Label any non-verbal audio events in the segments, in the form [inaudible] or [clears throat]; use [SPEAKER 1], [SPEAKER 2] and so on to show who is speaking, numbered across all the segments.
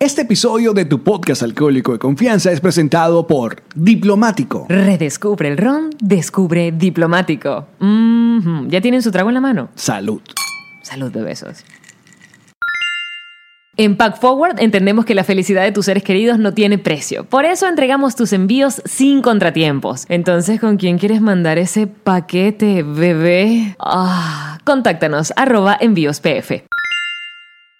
[SPEAKER 1] Este episodio de tu podcast alcohólico de confianza es presentado por Diplomático.
[SPEAKER 2] Redescubre el ron, descubre diplomático. Mhm. ¿Ya tienen su trago en la mano?
[SPEAKER 1] Salud.
[SPEAKER 2] Salud de besos. En Pack Forward entendemos que la felicidad de tus seres queridos no tiene precio. Por eso entregamos tus envíos sin contratiempos. Entonces, ¿con quién quieres mandar ese paquete, bebé? Ah, contáctanos arroba envíos pf.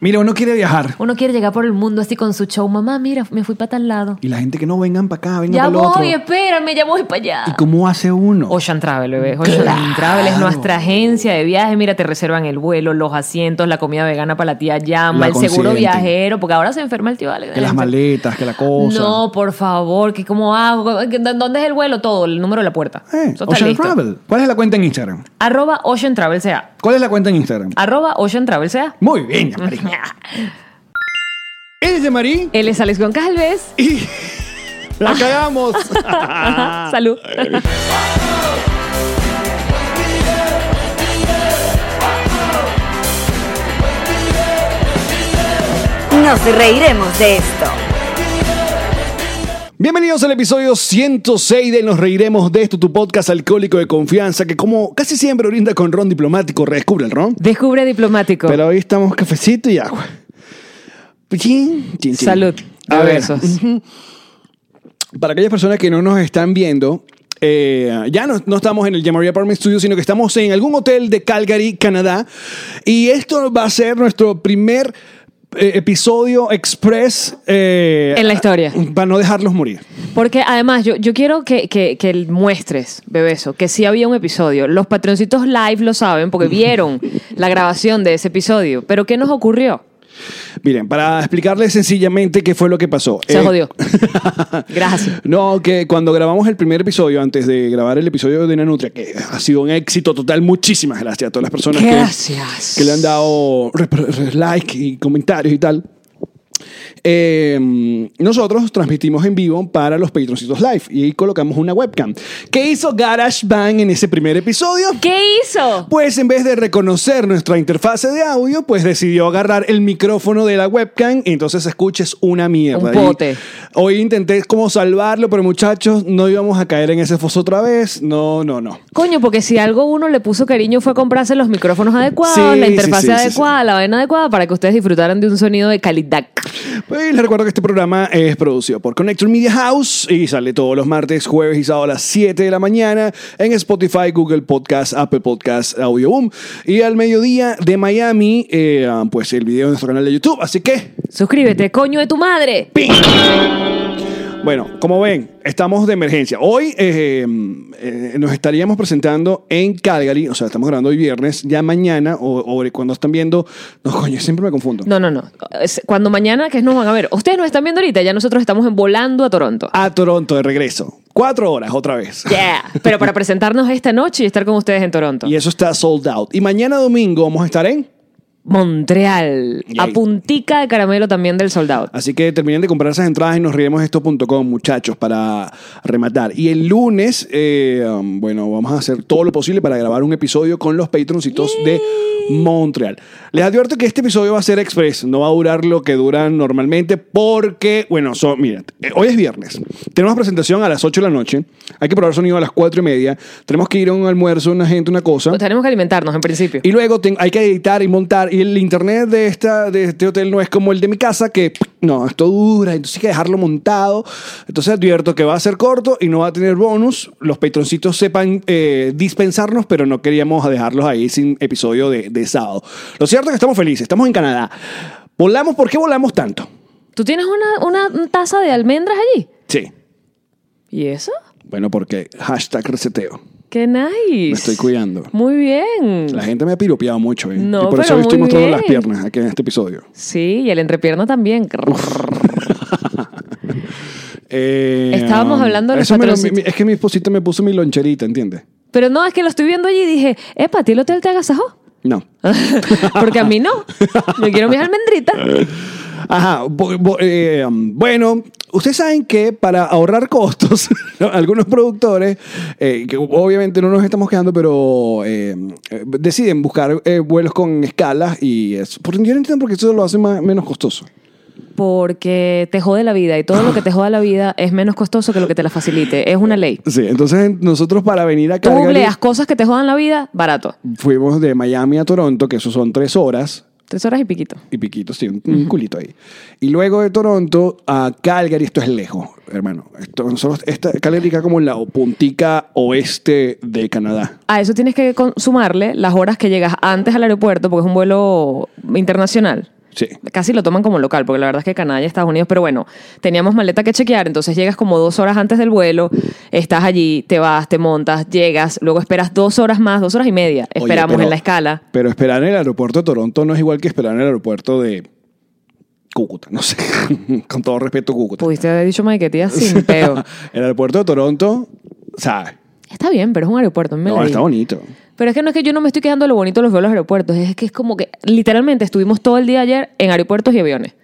[SPEAKER 1] Mira, uno quiere viajar.
[SPEAKER 2] Uno quiere llegar por el mundo así con su show. Mamá, mira, me fui para tal lado.
[SPEAKER 1] Y la gente que no vengan para acá, vengan
[SPEAKER 2] Ya
[SPEAKER 1] para
[SPEAKER 2] voy, eh,
[SPEAKER 1] otro.
[SPEAKER 2] espérame, ya voy para allá.
[SPEAKER 1] ¿Y cómo hace uno?
[SPEAKER 2] Ocean Travel, bebé. Ocean
[SPEAKER 1] Claro.
[SPEAKER 2] Travel es nuestra agencia de viajes. Mira, te reservan el vuelo, los asientos, la comida vegana para la tía
[SPEAKER 1] La
[SPEAKER 2] Llama, el seguro
[SPEAKER 1] consienten.
[SPEAKER 2] viajero, porque ahora se enferma el tío Alex.
[SPEAKER 1] que las maletas, que la cosa.
[SPEAKER 2] No, por favor, que cómo hago, ¿Qué- dó- ¿dónde es el vuelo? Todo, el número de la puerta.
[SPEAKER 1] Eh,
[SPEAKER 2] Eso está
[SPEAKER 1] Ocean
[SPEAKER 2] listo.
[SPEAKER 1] Travel. ¿Cuál es la cuenta en Instagram?
[SPEAKER 2] Arroba Ocean Travel sea.
[SPEAKER 1] ¿Cuál es la cuenta en Instagram?
[SPEAKER 2] Arroba Ocean
[SPEAKER 1] [coughs]
[SPEAKER 2] Travel sea.
[SPEAKER 1] Muy bien, Yamari. Él es Yamari
[SPEAKER 2] Él es Alex Goncalves.
[SPEAKER 1] y [laughs] la
[SPEAKER 2] [laughs]
[SPEAKER 1] cagamos. Ah. [laughs]
[SPEAKER 2] Salud.
[SPEAKER 3] Nos reiremos de esto.
[SPEAKER 1] Bienvenidos al episodio 106 de Nos Reiremos de esto, tu podcast alcohólico de confianza que como casi siempre orienta con ron diplomático, redescubre el ron.
[SPEAKER 2] Descubre diplomático.
[SPEAKER 1] Pero hoy estamos cafecito y agua. Chin, chin, chin.
[SPEAKER 2] Salud.
[SPEAKER 1] A
[SPEAKER 2] De
[SPEAKER 1] ver,
[SPEAKER 2] besos.
[SPEAKER 1] Para aquellas personas que no nos están viendo, eh, ya no, no estamos en el Yamari Apartment Studio, sino que estamos en algún hotel de Calgary, Canadá. Y esto va a ser nuestro primer eh, episodio express. eh,
[SPEAKER 2] En la historia.
[SPEAKER 1] Para no dejarlos morir.
[SPEAKER 2] Porque además, yo, yo quiero que, que, que el- muestres, Bebeso, que sí había un episodio. Los patroncitos live lo
[SPEAKER 1] [laughs]
[SPEAKER 2] saben porque vieron la grabación de ese episodio. Pero ¿qué nos ocurrió?
[SPEAKER 1] Miren, para explicarles sencillamente qué fue lo que pasó.
[SPEAKER 2] Se
[SPEAKER 1] Eh, [laughs]
[SPEAKER 2] jodió. Gracias.
[SPEAKER 1] No, que cuando grabamos el primer episodio, antes de grabar el episodio de Nanutria, que ha sido un éxito total, muchísimas gracias a todas las personas que,
[SPEAKER 2] Gracias.
[SPEAKER 1] que le han dado re- re- like y comentarios y tal. Eh, nosotros transmitimos en vivo para los Patroncitos Live y colocamos una webcam. ¿Qué hizo GarageBand en ese primer episodio?
[SPEAKER 2] ¿Qué hizo?
[SPEAKER 1] Pues en vez de reconocer nuestra interfase de audio, pues decidió agarrar el micrófono de la webcam y entonces escuches una mierda.
[SPEAKER 2] Un pote.
[SPEAKER 1] Y hoy intenté como salvarlo, pero muchachos, no íbamos a caer en ese foso otra vez. No, no, no.
[SPEAKER 2] Coño, porque si algo uno le puso cariño fue comprarse los micrófonos adecuados,
[SPEAKER 1] Sí,
[SPEAKER 2] la
[SPEAKER 1] sí,
[SPEAKER 2] interfaz
[SPEAKER 1] sí, sí,
[SPEAKER 2] adecuada, la vaina adecuada, para que ustedes disfrutaran de un sonido de calidad.
[SPEAKER 1] Pues les recuerdo que este programa es producido por Connector Media House y sale todos los martes, jueves y sábado a las 7 de la mañana en Spotify, Google Podcast, Apple Podcast, Audio Boom. Y al mediodía de Miami, eh, pues el video de nuestro canal de YouTube. Así que
[SPEAKER 2] Suscríbete, coño de tu madre.
[SPEAKER 1] Bueno, como ven, estamos de emergencia. Hoy eh, eh, nos estaríamos presentando en Calgary, o sea, estamos grabando hoy viernes, ya mañana, o, o cuando están viendo. No, coño, siempre me confundo.
[SPEAKER 2] No, no, no. Es Cuando mañana, que nos van a ver? Ustedes nos están viendo ahorita, ya nosotros estamos en volando a Toronto.
[SPEAKER 1] A Toronto de regreso. Cuatro horas otra vez.
[SPEAKER 2] Yeah. Pero para presentarnos esta noche y estar con ustedes en Toronto.
[SPEAKER 1] Y eso está sold out. Y mañana domingo vamos a estar en.
[SPEAKER 2] Montreal.
[SPEAKER 1] Yay.
[SPEAKER 2] A puntica de caramelo también del soldado.
[SPEAKER 1] Así que terminen de comprar esas entradas y nos riremos esto.com, muchachos, para rematar. Y el lunes, eh, um, bueno, vamos a hacer todo lo posible para grabar un episodio con los patroncitos de Montreal. Les advierto que este episodio va a ser express, no va a durar lo que duran normalmente, porque, bueno, son, mira, eh, hoy es viernes. Tenemos presentación a las 8 de la noche. Hay que probar sonido a las 4 y media. Tenemos que ir a un almuerzo, una gente, una cosa.
[SPEAKER 2] Pues Tenemos que alimentarnos en principio.
[SPEAKER 1] Y luego ten- hay que editar y montar. Y el internet de, esta, de este hotel no es como el de mi casa, que no, esto dura, entonces hay que dejarlo montado. Entonces advierto que va a ser corto y no va a tener bonus. Los patroncitos sepan eh, dispensarnos, pero no queríamos dejarlos ahí sin episodio de, de sábado. Lo cierto es que estamos felices, estamos en Canadá. Volamos, ¿por qué volamos tanto?
[SPEAKER 2] ¿Tú tienes una, una taza de almendras allí?
[SPEAKER 1] Sí.
[SPEAKER 2] ¿Y eso?
[SPEAKER 1] Bueno, porque hashtag reseteo.
[SPEAKER 2] ¡Qué nice!
[SPEAKER 1] Me estoy cuidando.
[SPEAKER 2] Muy bien.
[SPEAKER 1] La gente me ha piropeado mucho, ¿eh?
[SPEAKER 2] No,
[SPEAKER 1] y por eso
[SPEAKER 2] pero
[SPEAKER 1] hoy estoy
[SPEAKER 2] muy
[SPEAKER 1] mostrando
[SPEAKER 2] bien.
[SPEAKER 1] las piernas aquí en este episodio.
[SPEAKER 2] Sí, y el entrepierna también.
[SPEAKER 1] Eh,
[SPEAKER 2] Estábamos
[SPEAKER 1] um,
[SPEAKER 2] hablando de los
[SPEAKER 1] eso me lo- Eh,
[SPEAKER 2] patroncitos.
[SPEAKER 1] um, mi- Es que mi esposita me puso mi loncherita, ¿entiendes?
[SPEAKER 2] Pero no, es que lo estoy viendo allí y dije, epa, ¿a ti el hotel te agasajó? [laughs]
[SPEAKER 1] No. [laughs]
[SPEAKER 2] Porque a mí no. Yo quiero mis almendritas.
[SPEAKER 1] Ajá. bo- bo- eh, um, bueno, ustedes saben que para ahorrar costos, [laughs] ¿no? algunos productores, eh, que obviamente no nos estamos quedando, pero eh, eh, deciden buscar eh, vuelos con escalas y eso. Porque yo no entiendo por qué eso lo hace más- menos costoso.
[SPEAKER 2] Porque te jode la vida y todo lo que te joda la vida es menos costoso que lo que te la facilite. Es una ley.
[SPEAKER 1] Sí, entonces nosotros para venir a
[SPEAKER 2] Tú
[SPEAKER 1] Calgary
[SPEAKER 2] googleas cosas que te jodan la vida, barato.
[SPEAKER 1] fuimos de Miami a Toronto, que eso son tres horas.
[SPEAKER 2] Tres horas y piquito.
[SPEAKER 1] Y piquito, sí, un, un culito ahí. Y luego de Toronto a Calgary, esto es lejos, hermano. Esto, nosotros, esta, Calgary está como en la puntica oeste de Canadá.
[SPEAKER 2] A eso tienes que con- sumarle las horas que llegas antes al aeropuerto, porque es un vuelo internacional.
[SPEAKER 1] Sí.
[SPEAKER 2] Casi lo toman como local, porque la verdad es que Canadá y Estados Unidos, pero bueno, teníamos maleta que chequear, entonces llegas como dos horas antes del vuelo, estás allí, te vas, te montas, llegas, luego esperas dos horas más, dos horas y media,
[SPEAKER 1] Oye,
[SPEAKER 2] esperamos
[SPEAKER 1] pero-
[SPEAKER 2] en la escala.
[SPEAKER 1] Pero esperar en el aeropuerto de Toronto no es igual que esperar en el aeropuerto de Cúcuta, no sé. [laughs] Con todo respeto, Cúcuta.
[SPEAKER 2] Pudiste haber dicho
[SPEAKER 1] [laughs]
[SPEAKER 2] Maiquetía sin peo.
[SPEAKER 1] el aeropuerto de Toronto, ¿sabes?
[SPEAKER 2] Está bien, pero es un aeropuerto. a mí me
[SPEAKER 1] No,
[SPEAKER 2] la di.
[SPEAKER 1] está bonito.
[SPEAKER 2] Pero es que no es que yo no me estoy quejando de lo bonito de los vuelos a aeropuertos, es que es como que literalmente estuvimos todo el día ayer en aeropuertos y aviones.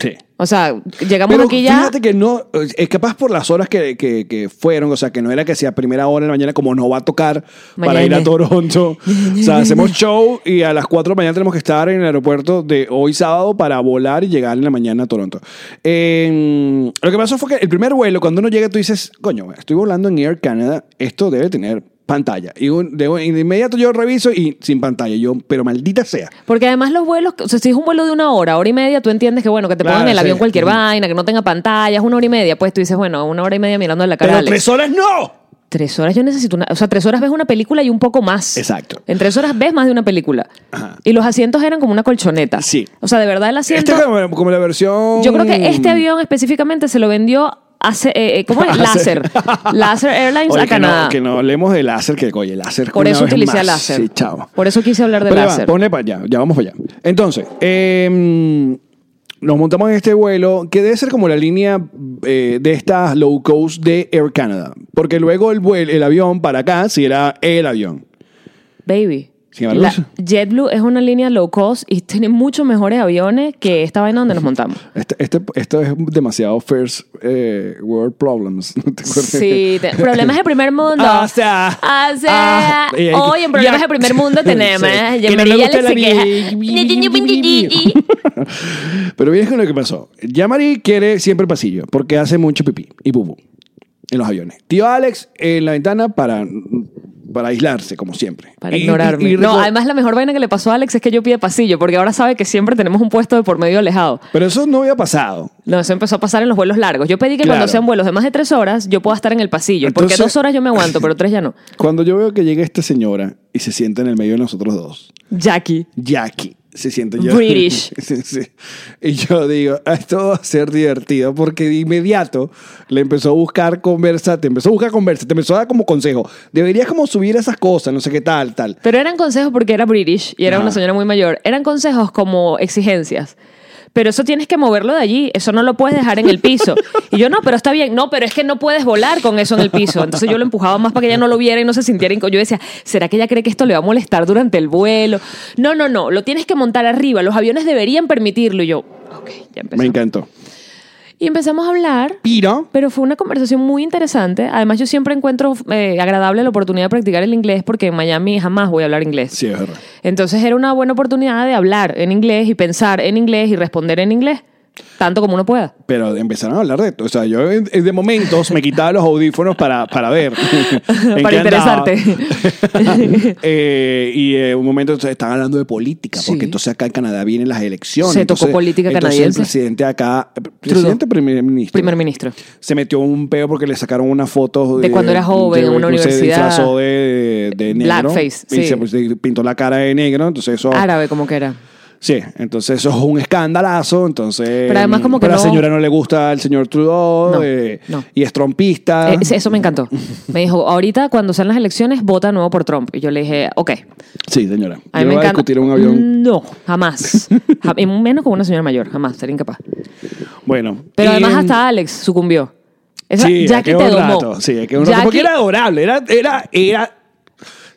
[SPEAKER 1] Sí.
[SPEAKER 2] O sea, llegamos
[SPEAKER 1] Pero
[SPEAKER 2] aquí ya.
[SPEAKER 1] Fíjate que no, es capaz por las horas que, que- que fueron, o sea, que no era que sea primera hora en la mañana, como no va a tocar para
[SPEAKER 2] Mañana.
[SPEAKER 1] ir a
[SPEAKER 2] [laughs]
[SPEAKER 1] Toronto. o sea, hacemos show y a las 4 de la mañana tenemos que estar en el aeropuerto de hoy sábado para volar y llegar en la mañana a Toronto. Eh, lo que pasó fue que el primer vuelo, cuando uno llega, tú dices, coño, estoy volando en Air Canada, esto debe tener pantalla. Y un- de, de inmediato yo reviso y sin pantalla. Yo, pero maldita sea.
[SPEAKER 2] Porque además los vuelos, o sea, si es un vuelo de una hora, hora y media, tú entiendes que bueno, que te
[SPEAKER 1] Claro,
[SPEAKER 2] pongan en el avión
[SPEAKER 1] sí.
[SPEAKER 2] cualquier
[SPEAKER 1] Ujú.
[SPEAKER 2] vaina, que no tenga pantallas, una hora y media, pues tú dices, bueno, una hora y media mirando en la cara. a
[SPEAKER 1] Pero
[SPEAKER 2] Alex.
[SPEAKER 1] tres horas no.
[SPEAKER 2] Tres horas yo necesito una, o sea, tres horas ves una película y un poco más.
[SPEAKER 1] Exacto.
[SPEAKER 2] En tres horas ves más de una película.
[SPEAKER 1] Ajá.
[SPEAKER 2] Y los asientos eran como una colchoneta.
[SPEAKER 1] Sí. Este
[SPEAKER 2] O sea, de verdad el
[SPEAKER 1] Esta
[SPEAKER 2] asiento.
[SPEAKER 1] es como, como la versión.
[SPEAKER 2] Yo creo que
[SPEAKER 1] Mm.
[SPEAKER 2] este avión específicamente se lo vendió hace, eh, eh,
[SPEAKER 1] [laughs]
[SPEAKER 2] ¿cómo es?
[SPEAKER 1] Láser.
[SPEAKER 2] Láser. Láser Airlines
[SPEAKER 1] Ah, Oye,
[SPEAKER 2] a
[SPEAKER 1] que no-
[SPEAKER 2] Canadá.
[SPEAKER 1] que no hablemos de láser, que oye, láser.
[SPEAKER 2] Por
[SPEAKER 1] una
[SPEAKER 2] eso
[SPEAKER 1] vez
[SPEAKER 2] utilicé
[SPEAKER 1] más.
[SPEAKER 2] láser.
[SPEAKER 1] Sí, chao.
[SPEAKER 2] Por eso quise hablar de
[SPEAKER 1] Pero ya va,
[SPEAKER 2] láser.
[SPEAKER 1] ponle para allá, ya vamos para allá. Entonces, eh, nos montamos en este vuelo que debe ser como la línea eh, de estas low cost de Air Canada. Porque luego el, vuel- el avión para acá sí era el avión.
[SPEAKER 2] Baby.
[SPEAKER 1] Sin embargo,
[SPEAKER 2] la-
[SPEAKER 1] eso-
[SPEAKER 2] JetBlue es una línea low cost y tiene muchos mejores aviones que esta vaina donde nos
[SPEAKER 1] [laughs]
[SPEAKER 2] montamos.
[SPEAKER 1] Este, este- esto es demasiado first eh, world problems. [laughs] ¿no te acuerdas?
[SPEAKER 2] Sí, te- problemas de primer mundo.
[SPEAKER 1] [laughs] Ah, o sea.
[SPEAKER 2] O sea,
[SPEAKER 1] Ah, y-
[SPEAKER 2] hoy en problemas
[SPEAKER 1] ya.
[SPEAKER 2] de primer mundo tenemos.
[SPEAKER 1] [laughs] Sí.
[SPEAKER 2] ¿eh?
[SPEAKER 1] Que no
[SPEAKER 2] Yamari
[SPEAKER 1] le
[SPEAKER 2] y
[SPEAKER 1] gusta
[SPEAKER 2] Alex
[SPEAKER 1] la
[SPEAKER 2] se queja.
[SPEAKER 1] [laughs] vida. Pero vienes con lo que pasó. Yamari quiere siempre el pasillo porque hace mucho pipí y bubú en los aviones. Tío Alex en la ventana para, para aislarse, como siempre.
[SPEAKER 2] Para
[SPEAKER 1] Y- y-
[SPEAKER 2] ignorarme.
[SPEAKER 1] y
[SPEAKER 2] no,
[SPEAKER 1] reco-
[SPEAKER 2] además la mejor vaina que le pasó a Alex es que yo pide pasillo, porque ahora sabe que siempre tenemos un puesto de por medio alejado.
[SPEAKER 1] Pero eso no había pasado.
[SPEAKER 2] No, eso empezó a pasar en los vuelos largos. Yo pedí que
[SPEAKER 1] Claro.
[SPEAKER 2] cuando sean vuelos de más de tres horas, yo pueda estar en el pasillo. porque
[SPEAKER 1] Entonces-
[SPEAKER 2] dos horas yo me aguanto, pero tres ya no.
[SPEAKER 1] Cuando yo veo que llega esta señora y se sienta en el medio de nosotros dos,
[SPEAKER 2] Jackie.
[SPEAKER 1] [laughs] Jackie se siente yo.
[SPEAKER 2] British.
[SPEAKER 1] [laughs] Sí, sí. Y yo digo, "Ah, esto va a ser divertido porque de inmediato le empezó a buscar conversa, te empezó a buscar conversa, te empezó a dar como consejo. Deberías como subir esas cosas, no sé qué tal, tal.
[SPEAKER 2] Pero eran consejos porque era British y era
[SPEAKER 1] Ajá.
[SPEAKER 2] una señora muy mayor. Eran consejos como exigencias. Pero eso tienes que moverlo de allí. Eso no lo puedes dejar en
[SPEAKER 1] [laughs]
[SPEAKER 2] el piso. Y yo, no, pero está bien. No, pero es que no puedes volar con eso en el piso. Entonces yo lo empujaba más para que ella no lo viera y no se sintiera incómoda. Yo decía, ¿será que ella cree que esto le va a molestar durante el vuelo? No, no, no. Lo tienes que montar arriba. Los aviones deberían permitirlo. Y yo, ok, ya
[SPEAKER 1] Me
[SPEAKER 2] empezamos.
[SPEAKER 1] encantó.
[SPEAKER 2] Y empezamos a hablar.
[SPEAKER 1] Pero,
[SPEAKER 2] Pero fue una conversación muy interesante. Además, yo siempre encuentro eh, agradable la oportunidad de practicar el inglés porque en Miami jamás voy a hablar inglés.
[SPEAKER 1] sí, es verdad.
[SPEAKER 2] Entonces era una buena oportunidad de hablar en inglés y pensar en inglés y responder en inglés, tanto como uno pueda.
[SPEAKER 1] Pero empezaron a hablar de esto. O sea, yo en- de momentos me quitaba los audífonos para, para ver. [laughs] en
[SPEAKER 2] Para
[SPEAKER 1] qué andaba. [laughs]
[SPEAKER 2] [laughs] interesarte.
[SPEAKER 1] Eh, y eh, un momento entonces, estaban hablando de política,
[SPEAKER 2] Sí.
[SPEAKER 1] porque entonces acá en Canadá vienen las elecciones.
[SPEAKER 2] Se tocó
[SPEAKER 1] Entonces-
[SPEAKER 2] política
[SPEAKER 1] entonces
[SPEAKER 2] canadiense.
[SPEAKER 1] el presidente acá, presidente o primer ministro.
[SPEAKER 2] Primer ministro.
[SPEAKER 1] se metió un peo porque le sacaron una foto
[SPEAKER 2] De cuando era joven, en una
[SPEAKER 1] se
[SPEAKER 2] universidad.
[SPEAKER 1] disfrazó de, de negro.
[SPEAKER 2] Blackface,
[SPEAKER 1] Y
[SPEAKER 2] sí.
[SPEAKER 1] se, pues, se pintó la cara de negro, entonces eso...
[SPEAKER 2] Árabe, como que era.
[SPEAKER 1] Sí, entonces eso es un escandalazo, entonces...
[SPEAKER 2] Pero además como que
[SPEAKER 1] a la
[SPEAKER 2] no-
[SPEAKER 1] señora no le gusta el señor Trudeau
[SPEAKER 2] No,
[SPEAKER 1] eh,
[SPEAKER 2] no.
[SPEAKER 1] y es trompista.
[SPEAKER 2] Eh, eso me encantó. Me dijo, ahorita cuando sean las elecciones, vota nuevo por Trump. Y yo le dije, ok.
[SPEAKER 1] Sí, señora.
[SPEAKER 2] A
[SPEAKER 1] Yo
[SPEAKER 2] mí me
[SPEAKER 1] voy a
[SPEAKER 2] encanta. Mm.
[SPEAKER 1] discutir en un avión.
[SPEAKER 2] No, jamás. Ja- y menos con una señora mayor, jamás, sería incapaz.
[SPEAKER 1] Bueno.
[SPEAKER 2] Pero
[SPEAKER 1] y,
[SPEAKER 2] además hasta Alex sucumbió. Esa-
[SPEAKER 1] sí,
[SPEAKER 2] Jackie
[SPEAKER 1] quedó
[SPEAKER 2] te
[SPEAKER 1] un
[SPEAKER 2] domó.
[SPEAKER 1] rato, sí, quedó un rato,
[SPEAKER 2] Jackie-
[SPEAKER 1] Porque era adorable, era, era, era.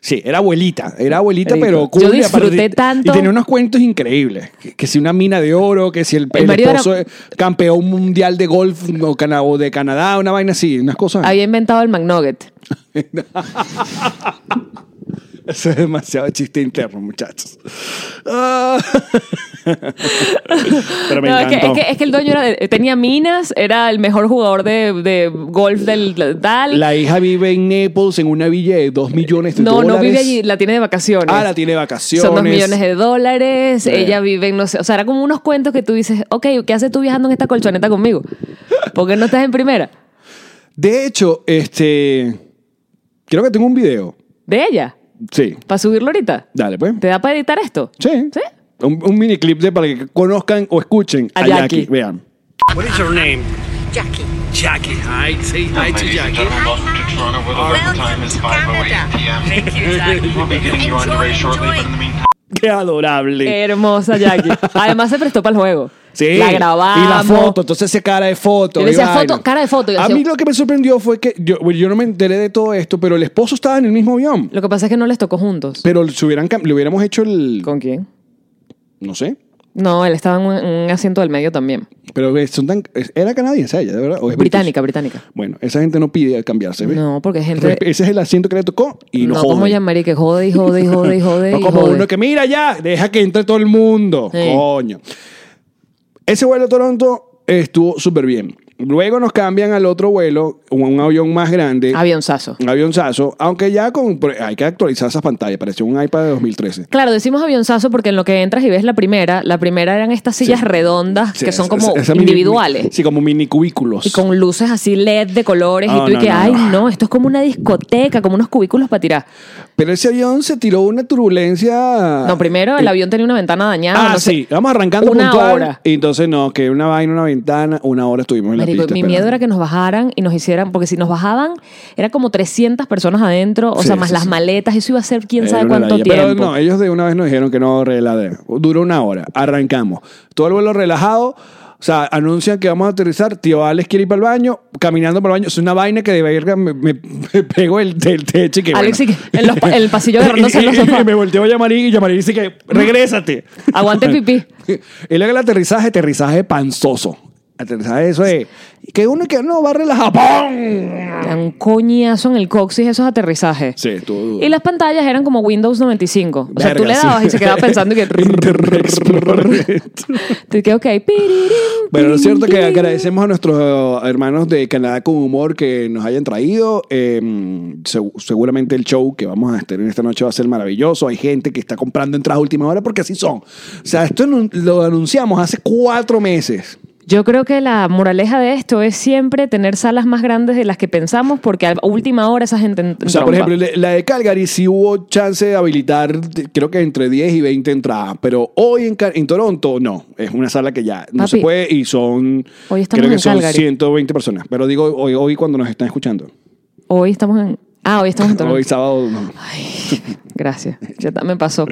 [SPEAKER 1] Sí, era abuelita, era abuelita,
[SPEAKER 2] Rico.
[SPEAKER 1] pero
[SPEAKER 2] Yo
[SPEAKER 1] cool, y
[SPEAKER 2] disfruté
[SPEAKER 1] aparte-
[SPEAKER 2] tanto.
[SPEAKER 1] Y tenía unos cuentos increíbles. Que, que si una mina de oro, que si el,
[SPEAKER 2] El
[SPEAKER 1] el
[SPEAKER 2] marido
[SPEAKER 1] esposo
[SPEAKER 2] era-
[SPEAKER 1] es campeón mundial de golf o, cana- o de Canadá, una vaina así, unas cosas.
[SPEAKER 2] Había inventado el McNugget.
[SPEAKER 1] Eso es demasiado chiste interno, muchachos. Ah. [laughs] pero me
[SPEAKER 2] No, es, que,
[SPEAKER 1] encantó.
[SPEAKER 2] es que- es que el dueño era de- tenía minas, era el mejor jugador de, de golf del tal.
[SPEAKER 1] La hija vive en Naples, en una villa de 2 millones de
[SPEAKER 2] no,
[SPEAKER 1] dólares.
[SPEAKER 2] no vive allí, la tiene de vacaciones.
[SPEAKER 1] Ah, la tiene de vacaciones.
[SPEAKER 2] Son dos millones de dólares,
[SPEAKER 1] Sí.
[SPEAKER 2] ella vive en no sé, o sea, era como unos cuentos que tú dices, ok, ¿qué haces tú viajando en esta colchoneta conmigo? ¿Por qué no estás en primera?
[SPEAKER 1] De hecho, este. Creo que tengo un video.
[SPEAKER 2] De ella,
[SPEAKER 1] Sí.
[SPEAKER 2] para subirlo ahorita.
[SPEAKER 1] Dale, pues.
[SPEAKER 2] ¿Te da para editar esto?
[SPEAKER 1] Sí.
[SPEAKER 2] ¿Sí?
[SPEAKER 1] Un, un miniclip de para que conozcan o escuchen a,
[SPEAKER 2] A
[SPEAKER 1] Jackie.
[SPEAKER 2] Jackie.
[SPEAKER 1] Vean.
[SPEAKER 4] What is your name?
[SPEAKER 3] Jackie.
[SPEAKER 4] Jackie. Hi, say hi
[SPEAKER 5] Ladies
[SPEAKER 4] to
[SPEAKER 5] and
[SPEAKER 4] Jackie.
[SPEAKER 5] gentlemen, welcome to Toronto, where the local time is 5.08 p.m. We'll be getting you underway shortly, but in the meantime...
[SPEAKER 1] Qué adorable.
[SPEAKER 2] Hermosa Jackie. Además se prestó para el juego.
[SPEAKER 1] Sí.
[SPEAKER 2] Eh, La grabamos.
[SPEAKER 1] Y la foto, entonces esa cara de foto.
[SPEAKER 2] Yo le
[SPEAKER 1] y
[SPEAKER 2] decía,
[SPEAKER 1] vaina.
[SPEAKER 2] foto, cara de foto. Yo
[SPEAKER 1] a
[SPEAKER 2] decía-
[SPEAKER 1] mí lo que me sorprendió fue que yo, bueno, yo no me enteré de todo esto, pero el esposo estaba en el mismo avión.
[SPEAKER 2] Lo que pasa es que no les tocó juntos.
[SPEAKER 1] Pero si hubieran, cam- le hubiéramos hecho el.
[SPEAKER 2] ¿Con quién?
[SPEAKER 1] No sé.
[SPEAKER 2] No, él estaba en un, en un asiento del medio también.
[SPEAKER 1] Pero eh, son tan- era canadiense ella, de verdad. ¿O es
[SPEAKER 2] Británica, británica.
[SPEAKER 1] british? Bueno, esa gente no pide cambiarse. ¿ves?
[SPEAKER 2] No, porque gente.
[SPEAKER 1] Respe- Ese es el asiento que le tocó y lo
[SPEAKER 2] no,
[SPEAKER 1] jode.
[SPEAKER 2] como llamar y que jode y jode y jode
[SPEAKER 1] [laughs]
[SPEAKER 2] y jode.
[SPEAKER 1] No
[SPEAKER 2] y
[SPEAKER 1] como
[SPEAKER 2] jode.
[SPEAKER 1] uno que mira ya, deja que entre todo el mundo.
[SPEAKER 2] Sí.
[SPEAKER 1] Coño. Ese vuelo a Toronto estuvo súper bien. Luego nos cambian al otro vuelo, un, un avión más grande,
[SPEAKER 2] Avionzazo.
[SPEAKER 1] un avionzazo, aunque ya con pero hay que actualizar esas pantallas, pareció un iPad de 2013.
[SPEAKER 2] Claro, decimos avionzazo porque en lo que entras y ves la primera, la primera eran estas sillas redondas
[SPEAKER 1] Sí,
[SPEAKER 2] que son
[SPEAKER 1] esa-
[SPEAKER 2] como
[SPEAKER 1] esa- esa mini-
[SPEAKER 2] individuales.
[SPEAKER 1] sí, como mini cubículos.
[SPEAKER 2] y con luces así LED de colores
[SPEAKER 1] Ah,
[SPEAKER 2] y tú
[SPEAKER 1] no,
[SPEAKER 2] y que,
[SPEAKER 1] no,
[SPEAKER 2] ay,
[SPEAKER 1] no.
[SPEAKER 2] no. esto es como una discoteca, como unos cubículos para tirar.
[SPEAKER 1] Pero ese avión se tiró una turbulencia.
[SPEAKER 2] No, primero el
[SPEAKER 1] Eh,
[SPEAKER 2] avión tenía una ventana dañada.
[SPEAKER 1] Ah,
[SPEAKER 2] no sé.
[SPEAKER 1] sí, vamos arrancando
[SPEAKER 2] Una
[SPEAKER 1] puntual.
[SPEAKER 2] hora.
[SPEAKER 1] Y entonces no, que una vaina, una ventana, una hora estuvimos en la
[SPEAKER 2] Marico,
[SPEAKER 1] pista.
[SPEAKER 2] mi
[SPEAKER 1] esperando.
[SPEAKER 2] miedo era que nos bajaran y nos hicieran, porque si nos bajaban, era como 300 personas adentro, o
[SPEAKER 1] Sí,
[SPEAKER 2] sea, más
[SPEAKER 1] sí,
[SPEAKER 2] las
[SPEAKER 1] sí.
[SPEAKER 2] maletas, eso iba a ser quién
[SPEAKER 1] Era
[SPEAKER 2] sabe
[SPEAKER 1] una
[SPEAKER 2] cuánto
[SPEAKER 1] ladilla.
[SPEAKER 2] tiempo.
[SPEAKER 1] Pero no, ellos de una vez nos dijeron que no relade. Duró una hora. Arrancamos. Todo el vuelo relajado. O sea, anuncian que vamos a aterrizar. Tío Alex quiere ir para el baño. Caminando para el baño. Es una vaina que de verga me, me- [laughs] me pego el, del techo y que.
[SPEAKER 2] Alex
[SPEAKER 1] bueno.
[SPEAKER 2] y que en los pa- en
[SPEAKER 1] [laughs]
[SPEAKER 2] el pasillo agarrándose en los
[SPEAKER 1] Y- y- y
[SPEAKER 2] sofás.
[SPEAKER 1] Me volteó a llamar y llamar y dice que regrésate. [laughs]
[SPEAKER 2] Aguante pipí.
[SPEAKER 1] Él haga el aterrizaje, aterrizaje panzoso. Aterrizaje, eso es. Que uno que no va relajado. ¡Pum!
[SPEAKER 2] Era un coñazo en el coxis esos aterrizajes.
[SPEAKER 1] Sí, estuvo duro.
[SPEAKER 2] Y las pantallas eran como Windows 95. O sea, tú le
[SPEAKER 1] Verga,
[SPEAKER 2] dabas
[SPEAKER 1] sí.
[SPEAKER 2] y se quedaba
[SPEAKER 1] [laughs]
[SPEAKER 2] pensando y que...
[SPEAKER 1] Internet Explorer.
[SPEAKER 2] Te quedé, ok. piririm,
[SPEAKER 1] [laughs] Bueno, lo
[SPEAKER 2] piririm,
[SPEAKER 1] cierto que
[SPEAKER 2] piririm.
[SPEAKER 1] agradecemos a nuestros hermanos de Canadá con Humor que nos hayan traído. Eh, seg- seguramente el show que vamos a tener esta noche va a ser maravilloso. Hay gente que está comprando entradas a última hora porque así son. O sea, esto nu- lo anunciamos hace cuatro meses.
[SPEAKER 2] Yo creo que la moraleja de esto es siempre tener salas más grandes de las que pensamos, porque a última hora esa gente...
[SPEAKER 1] O sea, por ejemplo, le- la de Calgary sí hubo chance de habilitar, de- creo que entre 10 y 20 entradas, pero hoy en, Ca- en Toronto no, es una sala que ya no
[SPEAKER 2] Papi,
[SPEAKER 1] se puede y son,
[SPEAKER 2] hoy estamos
[SPEAKER 1] creo que
[SPEAKER 2] en
[SPEAKER 1] son
[SPEAKER 2] Calgary.
[SPEAKER 1] 120 personas, pero digo hoy, hoy cuando nos están escuchando,
[SPEAKER 2] Hoy estamos en... Ah, hoy estamos en
[SPEAKER 1] [laughs]
[SPEAKER 2] Toronto.
[SPEAKER 1] hoy sábado. no.
[SPEAKER 2] Gracias. Ya ta- me pasó.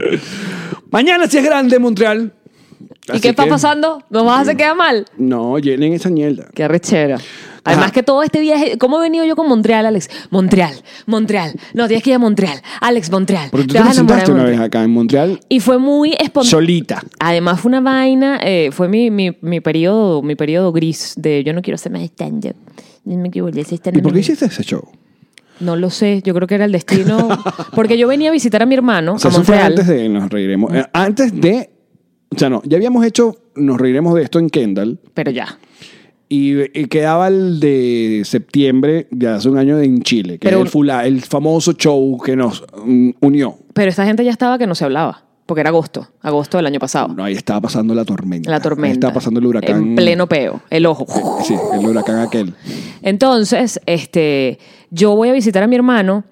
[SPEAKER 1] Mañana sí es grande Montreal.
[SPEAKER 2] ¿Y
[SPEAKER 1] Así
[SPEAKER 2] qué está
[SPEAKER 1] que-
[SPEAKER 2] pasando? ¿Nos vas a hacer quedar mal?
[SPEAKER 1] No, llenen esa mierda.
[SPEAKER 2] Qué arrechera. Además
[SPEAKER 1] Ajá.
[SPEAKER 2] que todo este viaje, ¿cómo he venido yo con Montreal, Alex? Montreal, Montreal. No, tienes que ir a Montreal. Alex, Montreal.
[SPEAKER 1] Porque tú
[SPEAKER 2] Te
[SPEAKER 1] te
[SPEAKER 2] vas a enamorar
[SPEAKER 1] presentaste
[SPEAKER 2] de
[SPEAKER 1] una vez
[SPEAKER 2] Montreal.
[SPEAKER 1] acá en Montreal
[SPEAKER 2] Y fue muy espontáneo.
[SPEAKER 1] solita.
[SPEAKER 2] Además fue una vaina, eh, fue mi, mi, mi periodo, mi periodo gris de yo no quiero ser más stand-up. No me quiero volver a ser
[SPEAKER 1] ¿Y
[SPEAKER 2] stand-up.
[SPEAKER 1] por qué hiciste ese show?
[SPEAKER 2] No lo sé, yo creo que era
[SPEAKER 1] [laughs]
[SPEAKER 2] el destino. Porque yo venía a visitar a mi hermano
[SPEAKER 1] O sea,
[SPEAKER 2] a
[SPEAKER 1] eso fue
[SPEAKER 2] Montreal.
[SPEAKER 1] antes de Nos Reiremos. Eh, Antes de. O sea, no, ya habíamos hecho Nos Reiremos de esto en Kendall.
[SPEAKER 2] Pero ya.
[SPEAKER 1] Y, y quedaba el de septiembre de hace un año en Chile, que
[SPEAKER 2] Pero-
[SPEAKER 1] era el, fula- el famoso show que nos mm, unió.
[SPEAKER 2] Pero esta gente ya estaba que no se hablaba. Porque era agosto, agosto del año pasado.
[SPEAKER 1] No, ahí estaba pasando la tormenta.
[SPEAKER 2] La tormenta.
[SPEAKER 1] Ahí estaba pasando el huracán.
[SPEAKER 2] En pleno peo, el ojo.
[SPEAKER 1] Sí, el huracán aquel.
[SPEAKER 2] Entonces, este, yo voy a visitar a mi hermano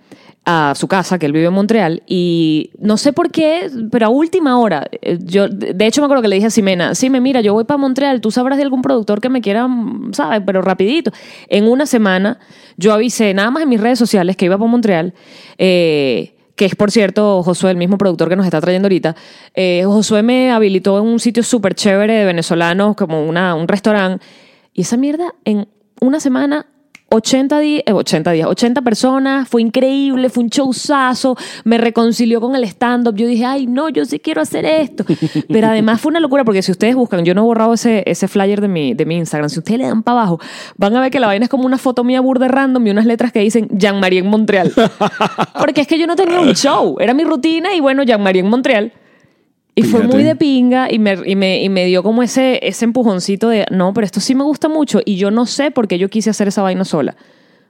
[SPEAKER 2] a su casa, que él vive en Montreal, y no sé por qué, pero a última hora, eh, yo, de de hecho me acuerdo que le dije a Simena, Sime, mira, yo voy para Montreal, tú sabrás de algún productor que me quiera, mm, ¿sabes? Pero rapidito. En una semana, yo avisé nada más en mis redes sociales que iba para Montreal, eh, que es por cierto Josué, el mismo productor que nos está trayendo ahorita, eh, Josué me habilitó en un sitio súper chévere de venezolanos, como una, un restaurante, y esa mierda en una semana 80, di- eh, 80 días, 80 personas, fue increíble, fue un showzazo, me reconcilió con el stand-up, yo dije, ay, no, yo sí quiero hacer esto. Pero además fue una locura, porque si ustedes buscan, yo no he borrado ese, ese flyer de mi, de mi Instagram, si ustedes le dan para abajo, van a ver que la vaina es como una foto mía burda random y unas letras que dicen Jean-Marie en Montreal. Porque es que yo no tenía un show, era mi rutina y bueno, Jean-Marie en Montreal. Y fue
[SPEAKER 1] Fíjate.
[SPEAKER 2] muy de pinga y me, y me, y me dio como ese, ese empujoncito de, no, pero esto sí me gusta mucho y yo no sé por qué yo quise hacer esa vaina sola.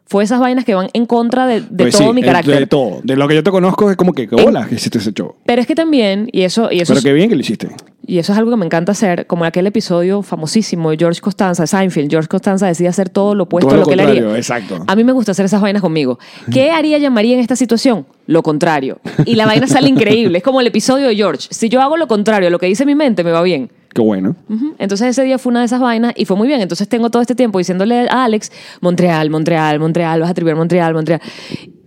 [SPEAKER 2] Fue esas vainas que van en contra de, de
[SPEAKER 1] Pues
[SPEAKER 2] todo
[SPEAKER 1] sí,
[SPEAKER 2] mi
[SPEAKER 1] es
[SPEAKER 2] carácter.
[SPEAKER 1] De todo. De lo que yo te conozco es como que, que
[SPEAKER 2] En-
[SPEAKER 1] bola que hiciste ese show.
[SPEAKER 2] Pero es que también, y eso, y, eso
[SPEAKER 1] Pero
[SPEAKER 2] es,
[SPEAKER 1] qué bien que lo hiciste.
[SPEAKER 2] y eso es algo que me encanta hacer, como aquel episodio famosísimo de George Costanza, Seinfeld, George Costanza decide hacer todo lo opuesto
[SPEAKER 1] Todo
[SPEAKER 2] a
[SPEAKER 1] lo
[SPEAKER 2] lo, que él
[SPEAKER 1] contrario,
[SPEAKER 2] haría.
[SPEAKER 1] exacto.
[SPEAKER 2] A mí me gusta hacer esas vainas conmigo. ¿Qué haría llamaría en esta situación? Lo contrario. Y la vaina sale increíble. Es como el episodio de George. Si yo hago lo contrario a lo que dice mi mente, me va bien.
[SPEAKER 1] Qué bueno.
[SPEAKER 2] Ujú. Entonces ese día fue una de esas vainas y fue muy bien. Entonces tengo todo este tiempo diciéndole a Alex, Montreal, Montreal, Montreal, vas a tripear Montreal, Montreal.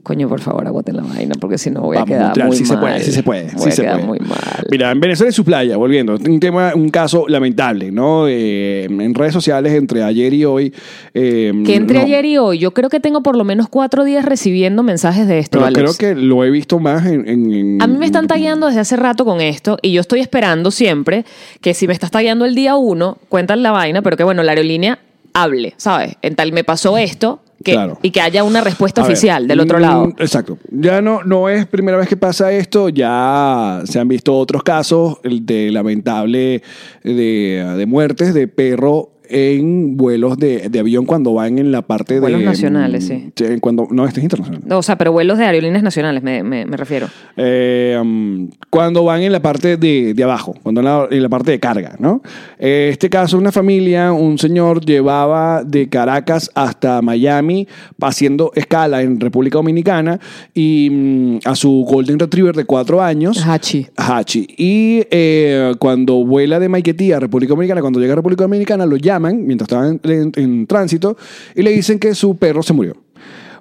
[SPEAKER 2] Coño, por favor, aguanten la vaina porque si no voy a
[SPEAKER 1] Vamos,
[SPEAKER 2] quedar
[SPEAKER 1] Montreal,
[SPEAKER 2] muy
[SPEAKER 1] sí
[SPEAKER 2] mal.
[SPEAKER 1] se puede, sí se puede,
[SPEAKER 2] Voy
[SPEAKER 1] sí
[SPEAKER 2] a
[SPEAKER 1] se
[SPEAKER 2] quedar
[SPEAKER 1] puede.
[SPEAKER 2] muy mal.
[SPEAKER 1] Mira, en Venezuela y su playa, volviendo, un tema, un caso lamentable, ¿no? Eh, en redes sociales entre ayer y hoy. eh,
[SPEAKER 2] que entre
[SPEAKER 1] no,
[SPEAKER 2] ayer y hoy, yo creo que tengo por lo menos cuatro días recibiendo mensajes de esto,
[SPEAKER 1] Pero
[SPEAKER 2] Alex.
[SPEAKER 1] creo que lo he visto más en. en- en-
[SPEAKER 2] A mí me están tagueando desde hace rato con esto y yo estoy esperando siempre que si me estás tagueando el día uno, cuentan la vaina, pero que bueno, la aerolínea hable, ¿sabes? En tal me pasó esto que,
[SPEAKER 1] Claro.
[SPEAKER 2] y que haya una respuesta
[SPEAKER 1] A ver,
[SPEAKER 2] oficial del otro
[SPEAKER 1] mm,
[SPEAKER 2] lado.
[SPEAKER 1] Exacto. Ya no, no es primera vez que pasa esto, ya se han visto otros casos el de lamentable de, de muertes de perro en vuelos de, de avión cuando van en la parte
[SPEAKER 2] Vuelos
[SPEAKER 1] de... mm,
[SPEAKER 2] nacionales, sí.
[SPEAKER 1] Cuando, no, este es internacional.
[SPEAKER 2] O sea, pero vuelos de aerolíneas nacionales, me, me- me refiero.
[SPEAKER 1] Eh, um, cuando van en la parte de, de abajo, cuando en la, en la parte de carga, ¿no? Eh, este caso, una familia, un señor llevaba de Caracas hasta Miami, haciendo escala en República Dominicana, y mm, a su Golden Retriever de cuatro años.
[SPEAKER 2] Hachi.
[SPEAKER 1] Hachi. Y eh, cuando vuela de Maiquetía a República Dominicana, cuando llega a República Dominicana, lo llaman mientras estaban en, en tránsito y le dicen que su perro se murió.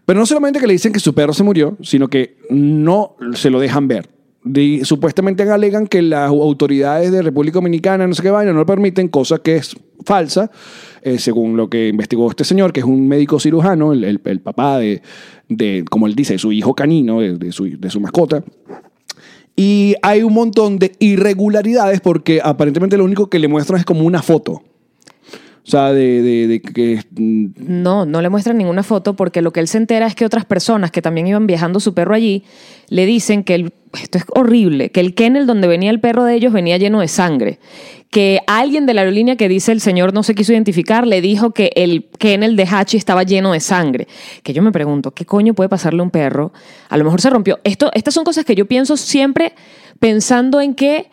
[SPEAKER 1] Pero no solamente que le dicen que su perro se murió, sino que no se lo dejan ver. Di- supuestamente alegan que las autoridades de República Dominicana, no sé qué vaina, no lo permiten, cosa que es falsa, eh, según lo que investigó este señor, que es un médico cirujano, el, el- el papá de, de, como él dice, de su hijo canino, de- de su- de su mascota. Y hay un montón de irregularidades porque aparentemente lo único que le muestran es como una foto. O sea, de, de- de que... mm,
[SPEAKER 2] No, no le muestran ninguna foto porque lo que él se entera es que otras personas que también iban viajando su perro allí le dicen que el, esto es horrible, que el kennel donde venía el perro de ellos venía lleno de sangre, que alguien de la aerolínea que dice el señor no se quiso identificar le dijo que el kennel de Hachi estaba lleno de sangre. Que yo me pregunto, ¿qué coño puede pasarle a un perro? A lo mejor se rompió. Esto, estas son cosas que yo pienso siempre pensando en que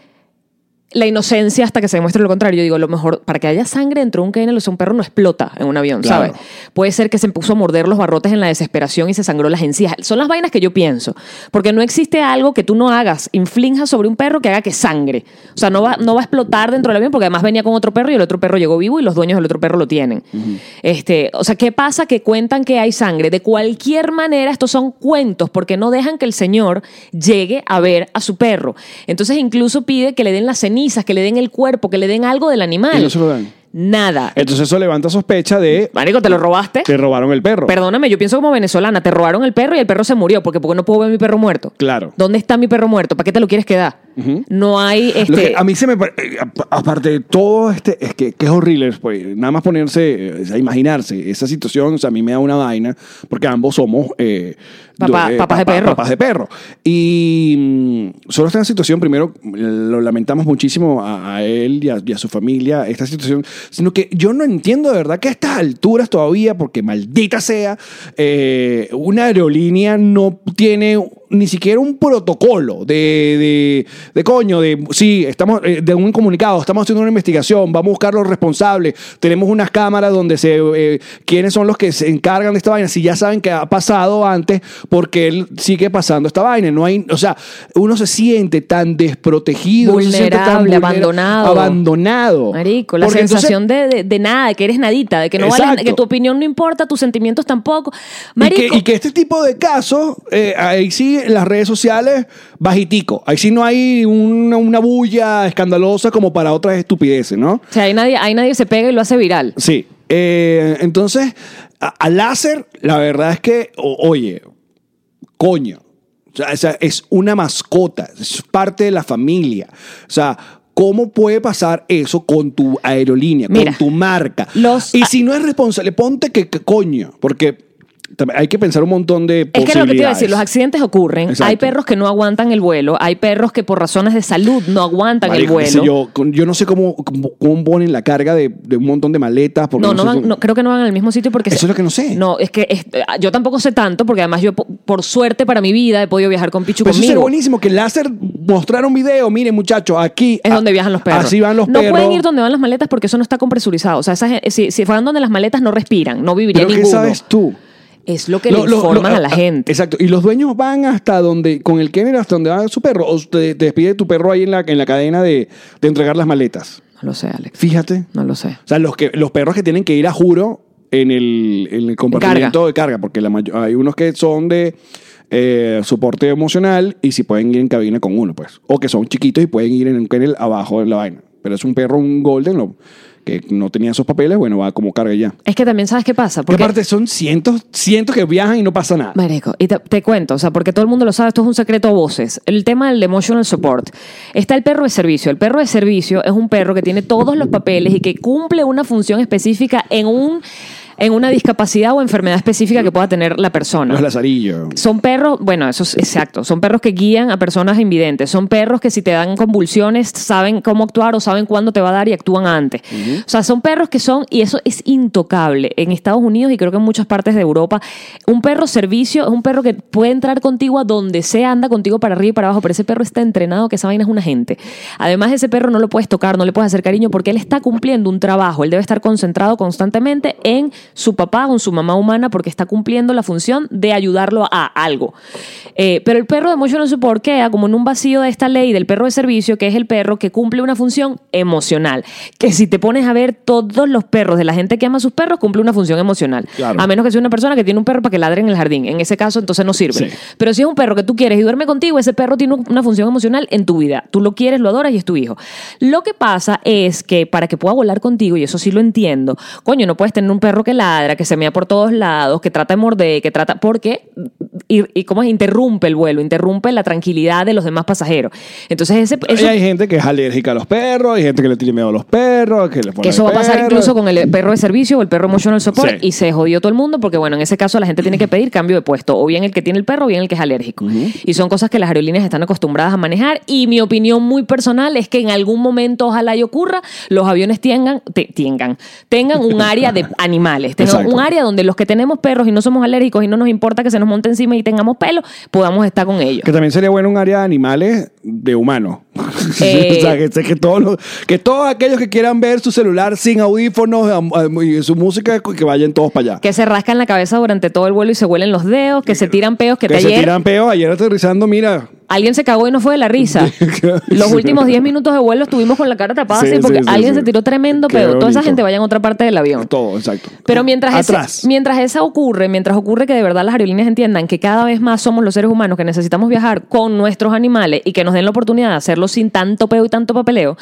[SPEAKER 2] la inocencia hasta que se demuestre lo contrario. Yo digo, lo mejor, para que haya sangre dentro de un kennel, o sea, un perro no explota en un avión,
[SPEAKER 1] Claro.
[SPEAKER 2] ¿sabes? Puede ser que se puso a morder los barrotes en la desesperación y se sangró las encías. Son las vainas que yo pienso. Porque no existe algo que tú no hagas, inflinjas sobre un perro que haga que sangre. O sea, no va, no va a explotar dentro del avión porque además venía con otro perro y el otro perro llegó vivo y los dueños del otro perro lo tienen. este, o sea, ¿qué pasa? Que cuentan que hay sangre. De cualquier manera, estos son cuentos porque no dejan que el señor llegue a ver a su perro. Entonces incluso pide que le den las cenizas, que le den el cuerpo, que le den algo del animal.
[SPEAKER 1] Y no se lo dan.
[SPEAKER 2] Nada.
[SPEAKER 1] Entonces eso levanta sospecha de...
[SPEAKER 2] Marico, ¿te lo robaste?
[SPEAKER 1] Te robaron el perro.
[SPEAKER 2] Perdóname, yo pienso como venezolana. Te robaron el perro y el perro se murió porque porque no puedo ver mi perro muerto.
[SPEAKER 1] Claro.
[SPEAKER 2] ¿Dónde está mi perro muerto? ¿Para qué te lo quieres quedar? No hay
[SPEAKER 1] Lo
[SPEAKER 2] este.
[SPEAKER 1] que a mí se me pare- eh, ap- aparte de todo este es que, que es horrible pues, nada más ponerse eh, o sea, imaginarse esa situación o sea, a mí me da una vaina porque ambos somos eh,
[SPEAKER 2] Papá-
[SPEAKER 1] do- eh,
[SPEAKER 2] papás de perro.
[SPEAKER 1] papás de perro y mm, solo está en situación primero lo lamentamos muchísimo a, a él y a, y a su familia esta situación sino que yo no entiendo de verdad que a estas alturas todavía porque maldita sea eh, una aerolínea no tiene ni siquiera un protocolo de, de, de coño, de sí, estamos eh, de un comunicado, estamos haciendo una investigación, vamos a buscar los responsables, tenemos unas cámaras donde se eh, quiénes son los que se encargan de esta vaina, si ya saben que ha pasado antes, porque él sigue pasando esta vaina, no hay, o sea, uno se siente tan desprotegido, uno se siente tan
[SPEAKER 2] Vulnerable,
[SPEAKER 1] vulnera-
[SPEAKER 2] abandonado.
[SPEAKER 1] abandonado.
[SPEAKER 2] Marico, la
[SPEAKER 1] Porque entonces-
[SPEAKER 2] sensación de, de- de nada, de que eres nadita, de que no vale,
[SPEAKER 1] Exacto.
[SPEAKER 2] que tu opinión no importa, tus sentimientos tampoco.
[SPEAKER 1] Y
[SPEAKER 2] Marico.
[SPEAKER 1] que, y que este tipo de casos, eh, ahí sí las redes sociales bajitico. Ahí sí no hay una, una bulla escandalosa como para otras estupideces, ¿no?
[SPEAKER 2] O sea, ahí nadie, ahí nadie se pega y lo hace viral.
[SPEAKER 1] Sí. Eh, entonces, a, a láser, la verdad es que, o- oye, coño. O sea, o sea, es una mascota, es parte de la familia. O sea, ¿cómo puede pasar eso con tu aerolínea,
[SPEAKER 2] Mira,
[SPEAKER 1] con tu marca?
[SPEAKER 2] los-
[SPEAKER 1] y si no es responsable, ponte que, que coño, porque también hay que pensar un montón de
[SPEAKER 2] Es que
[SPEAKER 1] posibilidades.
[SPEAKER 2] lo que te iba a decir, los accidentes ocurren.
[SPEAKER 1] Exacto.
[SPEAKER 2] Hay perros que no aguantan el vuelo. Hay perros que por razones de salud no aguantan el
[SPEAKER 1] Marico, qué sé
[SPEAKER 2] vuelo.
[SPEAKER 1] Yo, con- yo no sé cómo, cómo, cómo ponen la carga de, de un montón de maletas. Porque
[SPEAKER 2] no, no,
[SPEAKER 1] sé
[SPEAKER 2] van-
[SPEAKER 1] cómo-
[SPEAKER 2] no, creo que no van al mismo sitio porque...
[SPEAKER 1] Eso es lo que no sé.
[SPEAKER 2] No, es que es- eh, yo tampoco sé tanto porque además yo, po- por suerte para mi vida, he podido viajar con Pichu
[SPEAKER 1] Pero Pues eso
[SPEAKER 2] conmigo.
[SPEAKER 1] sería buenísimo que Láser mostrara un video. Miren, muchachos, aquí.
[SPEAKER 2] Es
[SPEAKER 1] a-
[SPEAKER 2] donde viajan los perros.
[SPEAKER 1] Ah, Así van los
[SPEAKER 2] no
[SPEAKER 1] perros.
[SPEAKER 2] pueden ir donde van las maletas porque eso no está compresurizado. O sea, esas- eh, si, si fueran donde las maletas no respiran, no viviría
[SPEAKER 1] Pero ¿qué
[SPEAKER 2] ninguno.
[SPEAKER 1] sabes tú?
[SPEAKER 2] Es lo que
[SPEAKER 1] Lo-
[SPEAKER 2] le
[SPEAKER 1] lo-
[SPEAKER 2] informan
[SPEAKER 1] lo- ah,
[SPEAKER 2] a la gente.
[SPEAKER 1] Exacto. Y los dueños van hasta donde, con el kennel hasta donde va su perro. O te, te despide tu perro ahí en la, en la cadena de, de entregar las maletas.
[SPEAKER 2] No lo sé, Alex.
[SPEAKER 1] Fíjate.
[SPEAKER 2] No lo sé.
[SPEAKER 1] O sea, los, que, los perros que tienen que ir a juro en el, en el compartimento
[SPEAKER 2] Carga.
[SPEAKER 1] de carga, porque la mayo- hay unos que son de eh, soporte emocional y si pueden ir en cabina con uno, pues. O que son chiquitos y pueden ir en un kennel abajo de la vaina. Pero es un perro, un golden, lo- que no tenía esos papeles, bueno, va como carga y ya.
[SPEAKER 2] Es que también sabes qué pasa.
[SPEAKER 1] Porque
[SPEAKER 2] Porque,
[SPEAKER 1] aparte son cientos, cientos que viajan y no pasa nada.
[SPEAKER 2] Marico, y te, te cuento, o sea, porque todo el mundo lo sabe, esto es un secreto a voces. El tema del emotional support. Está el perro de servicio. El perro de servicio es un perro que tiene todos los papeles y que cumple una función específica en un en una discapacidad o enfermedad específica que pueda tener la persona.
[SPEAKER 1] Los lazarillos.
[SPEAKER 2] Son perros, bueno, eso es exacto, son perros que guían a personas invidentes, son perros que si te dan convulsiones saben cómo actuar o saben cuándo te va a dar y actúan antes. O sea, son perros que son, y eso es intocable en Estados Unidos y creo que en muchas partes de Europa, un perro servicio es un perro que puede entrar contigo a donde sea, anda contigo para arriba y para abajo, pero ese perro está entrenado que esa vaina es un agente. Además, ese perro no lo puedes tocar, no le puedes hacer cariño porque él está cumpliendo un trabajo, él debe estar concentrado constantemente en su papá o en su mamá humana porque está cumpliendo la función de ayudarlo a algo. Eh, pero el perro de emotional support queda ah, como en un vacío de esta ley del perro de servicio, que es el perro que cumple una función emocional. Que si te pones a ver todos los perros de la gente que ama a sus perros, cumple una función emocional.
[SPEAKER 1] Claro.
[SPEAKER 2] A menos que sea una persona que tiene un perro para que ladre en el jardín. En ese caso, entonces no sirve.
[SPEAKER 1] Sí.
[SPEAKER 2] Pero si es un perro que tú quieres y duerme contigo, ese perro tiene una función emocional en tu vida. Tú lo quieres, lo adoras y es tu hijo. Lo que pasa es que para que pueda volar contigo, y eso sí lo entiendo, coño, no puedes tener un perro que ladra, que se mea por todos lados, que trata de morder, que trata. Porque, y, y cómo es, interrumpe el vuelo, interrumpe la tranquilidad de los demás pasajeros. Entonces, ese.
[SPEAKER 1] Y
[SPEAKER 2] eso-
[SPEAKER 1] hay gente que es alérgica a los perros, hay gente que le tiene miedo a los perros, que le pone
[SPEAKER 2] que eso va a pasar
[SPEAKER 1] perro.
[SPEAKER 2] incluso con el perro de servicio o el perro emotional support
[SPEAKER 1] Sí.
[SPEAKER 2] y se jodió todo el mundo porque bueno en ese caso la gente tiene que pedir cambio de puesto o bien el que tiene el perro o bien el que es alérgico y son cosas que las aerolíneas están acostumbradas a manejar y mi opinión muy personal es que en algún momento ojalá y ocurra los aviones tengan te- tengan tengan un
[SPEAKER 1] [laughs]
[SPEAKER 2] área de animales tengan
[SPEAKER 1] Exacto.
[SPEAKER 2] un área donde los que tenemos perros y no somos alérgicos y no nos importa que se nos monte encima y tengamos pelo podamos estar con ellos
[SPEAKER 1] Que también sería bueno un área de animales de humanos. [laughs]
[SPEAKER 2] Eh.
[SPEAKER 1] o sea, que, que, todos los- que todos aquellos que quieran ver su celular sin audífonos am- am- y su música, que vayan todos para allá.
[SPEAKER 2] que se rascan la cabeza durante todo el vuelo y se huelen los dedos que se tiran peos que,
[SPEAKER 1] Que
[SPEAKER 2] te
[SPEAKER 1] se
[SPEAKER 2] ayer-
[SPEAKER 1] tiran peos. Ayer aterrizando, mira.
[SPEAKER 2] Alguien se cagó y no fue de
[SPEAKER 1] [laughs]
[SPEAKER 2] la risa. Los últimos 10 minutos de vuelo estuvimos con la cara tapada
[SPEAKER 1] Sí,
[SPEAKER 2] así porque
[SPEAKER 1] sí, sí,
[SPEAKER 2] alguien
[SPEAKER 1] sí.
[SPEAKER 2] se tiró tremendo
[SPEAKER 1] Qué
[SPEAKER 2] pedo. Toda esa
[SPEAKER 1] bonito.
[SPEAKER 2] gente vaya en otra parte del avión.
[SPEAKER 1] Todo, exacto.
[SPEAKER 2] Pero mientras ese-
[SPEAKER 1] Atrás.
[SPEAKER 2] mientras eso ocurre, mientras ocurre que de verdad las aerolíneas entiendan que cada vez más somos los seres humanos que necesitamos viajar con nuestros animales y que nos den la oportunidad de hacerlo sin tanto peo y tanto papeleo,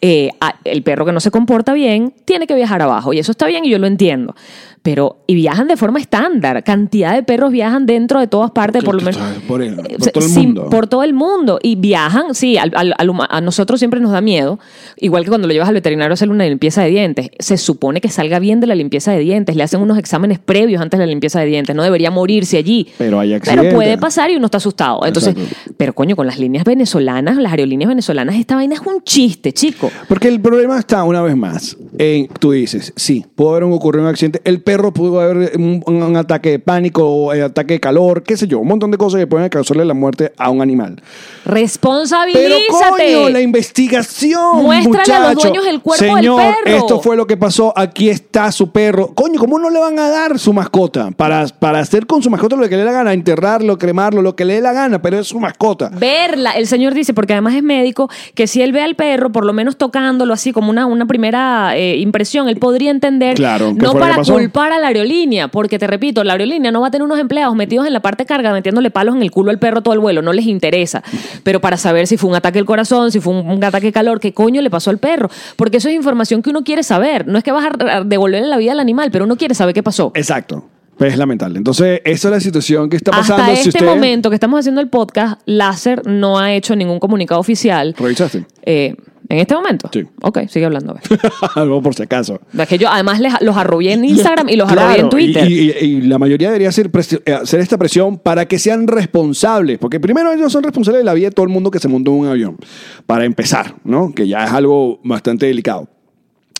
[SPEAKER 2] eh, a- el perro que no se comporta bien tiene que viajar abajo. Y eso está bien y yo lo entiendo. Pero, y viajan de forma estándar. Cantidad de perros viajan dentro de todas partes, por lo menos.
[SPEAKER 1] Por, el- por
[SPEAKER 2] Eh, se-
[SPEAKER 1] todo el
[SPEAKER 2] sin-
[SPEAKER 1] mundo.
[SPEAKER 2] por todo el mundo. Y viajan, sí, al- al- al huma- a nosotros siempre nos da miedo, igual que cuando lo llevas al veterinario a hacer una limpieza de dientes. Se supone que salga bien de la limpieza de dientes, le hacen unos exámenes previos antes de la limpieza de dientes, no debería morirse allí.
[SPEAKER 1] Pero hay
[SPEAKER 2] Pero puede
[SPEAKER 1] accidentes.
[SPEAKER 2] pasar y uno está asustado. Entonces,
[SPEAKER 1] Exacto.
[SPEAKER 2] pero coño, con las líneas venezolanas, las aerolíneas venezolanas, esta vaina es un chiste, chico.
[SPEAKER 1] Porque el problema está, una vez más, en, tú dices, sí, pudo haber un- ocurrido un accidente, el perro pudo haber un, un- un ataque de pánico, o, eh, ataque de calor, qué sé yo, un montón de cosas que pueden causarle la muerte a un animal. Pero
[SPEAKER 2] Responsabilízate.
[SPEAKER 1] coño, la investigación,
[SPEAKER 2] Muéstrale a los
[SPEAKER 1] muchacho.
[SPEAKER 2] dueños el cuerpo del
[SPEAKER 1] Señor,
[SPEAKER 2] perro.
[SPEAKER 1] esto fue lo que pasó, aquí está su perro. Coño, ¿cómo no le van a dar su mascota? Para, para hacer con su mascota lo que le dé la gana, enterrarlo, cremarlo, lo que le dé la gana, pero es su mascota.
[SPEAKER 2] verla. El señor dice, porque además es médico, que si él ve al perro, por lo menos tocándolo así como una, una primera eh, eh, impresión, él podría entender,
[SPEAKER 1] Claro, ¿qué fue
[SPEAKER 2] no
[SPEAKER 1] lo que
[SPEAKER 2] para
[SPEAKER 1] pasó?
[SPEAKER 2] culpar a la aerolínea, porque te repito, la aerolínea no va a tener unos empleados metidos en la parte de carga, metiéndole palos en el culo al perro todo el vuelo, no les interesa. Pero para saber si fue un ataque al corazón, si fue un, un ataque de calor, qué coño le pasó al perro, porque eso es información que uno quiere saber. No es que vas a a devolverle la vida al animal, pero uno quiere saber qué pasó.
[SPEAKER 1] Exacto. Pues es lamentable. Entonces, esa es la situación que está pasando.
[SPEAKER 2] Hasta
[SPEAKER 1] si
[SPEAKER 2] este
[SPEAKER 1] usted...
[SPEAKER 2] momento que estamos haciendo el podcast, Láser no ha hecho ningún comunicado oficial.
[SPEAKER 1] ¿Revisaste? [laughs]
[SPEAKER 2] Eh, ¿En este momento?
[SPEAKER 1] Sí.
[SPEAKER 2] Ok, sigue hablando. a ver.
[SPEAKER 1] Algo por si acaso.
[SPEAKER 2] [laughs] Es que yo además les- los
[SPEAKER 1] [laughs]
[SPEAKER 2] arrobé en Instagram y los arrobé
[SPEAKER 1] Claro,
[SPEAKER 2] en Twitter.
[SPEAKER 1] Y, y- y la mayoría debería hacer, presi- eh, hacer esta presión para que sean responsables, porque primero ellos son responsables de la vida de todo el mundo que se montó en un avión, para empezar, ¿no? Que ya es algo bastante delicado.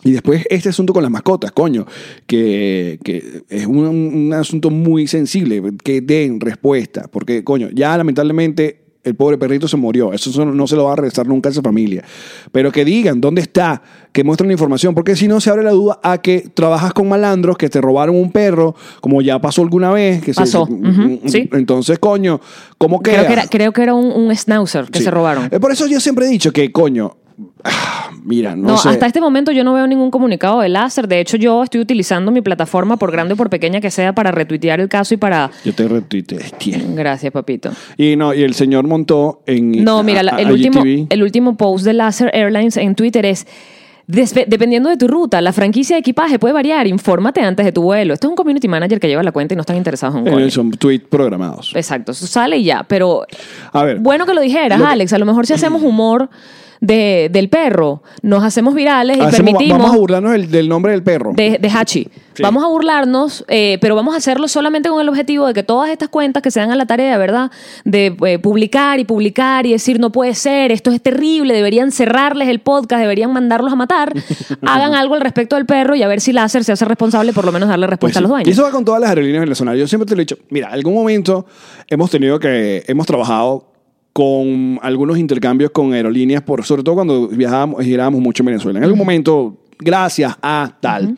[SPEAKER 1] Y después este asunto con las mascotas, coño, que, que es un, un asunto muy sensible, que den respuesta, porque, coño, ya lamentablemente el pobre perrito se murió, eso son- no se lo va a regresar nunca a esa familia, pero que digan dónde está, que muestren la información, porque si no se abre la duda a que trabajas con malandros que te robaron un perro, como ya pasó alguna vez, que se- Mm,
[SPEAKER 2] Pasó, ujú, sí.
[SPEAKER 1] entonces, coño, ¿cómo queda?
[SPEAKER 2] creo, que era, creo que era un, un schnauzer que
[SPEAKER 1] Sí.
[SPEAKER 2] se robaron.
[SPEAKER 1] Eh, Por eso yo siempre he dicho que, coño, ah, mira, no,
[SPEAKER 2] No,
[SPEAKER 1] sé.
[SPEAKER 2] hasta este momento yo no veo ningún comunicado de láser. De hecho, yo estoy utilizando mi plataforma, por grande o por pequeña que sea, para retuitear el caso y para.
[SPEAKER 1] Yo te retuiteé. tía.
[SPEAKER 2] Gracias, papito.
[SPEAKER 1] Y no, y el señor montó en
[SPEAKER 2] No, mira, la-
[SPEAKER 1] a- a-
[SPEAKER 2] el,
[SPEAKER 1] a
[SPEAKER 2] último,
[SPEAKER 1] IGTV.
[SPEAKER 2] el último post de Láser Airlines en Twitter es. "Despe- Dependiendo de tu ruta, la franquicia de equipaje puede variar. Infórmate antes de tu vuelo. Esto es un community manager que lleva la cuenta y no están interesados en un
[SPEAKER 1] en
[SPEAKER 2] coño.
[SPEAKER 1] el- son tweets programados.
[SPEAKER 2] Exacto, eso sale y ya. Pero
[SPEAKER 1] A ver.
[SPEAKER 2] bueno que lo dijeras,
[SPEAKER 1] Lo que-
[SPEAKER 2] Alex. A lo mejor si
[SPEAKER 1] [clears throat]
[SPEAKER 2] hacemos humor de, del perro, nos hacemos virales y
[SPEAKER 1] Hacemos- va-
[SPEAKER 2] permitimos
[SPEAKER 1] vamos a burlarnos del, del nombre del perro.
[SPEAKER 2] de, de Hachi.
[SPEAKER 1] Sí.
[SPEAKER 2] Vamos a burlarnos, eh, pero vamos a hacerlo solamente con el objetivo de que todas estas cuentas que se dan a la tarea, ¿verdad? De eh, publicar y publicar y decir, no puede ser, esto es terrible, deberían cerrarles el podcast, deberían mandarlos
[SPEAKER 1] [laughs]
[SPEAKER 2] a matar, hagan algo al respecto del perro y a ver si Láser se hace responsable, por lo menos darle
[SPEAKER 1] Pues sí.
[SPEAKER 2] respuesta a los
[SPEAKER 1] Y
[SPEAKER 2] dueños.
[SPEAKER 1] eso va con todas las aerolíneas venezolanas. Yo siempre te lo he dicho. Mira, algún momento hemos tenido que. Hemos trabajado con algunos intercambios con aerolíneas, por, sobre todo cuando viajábamos, girábamos mucho en Venezuela. En algún momento, gracias a tal.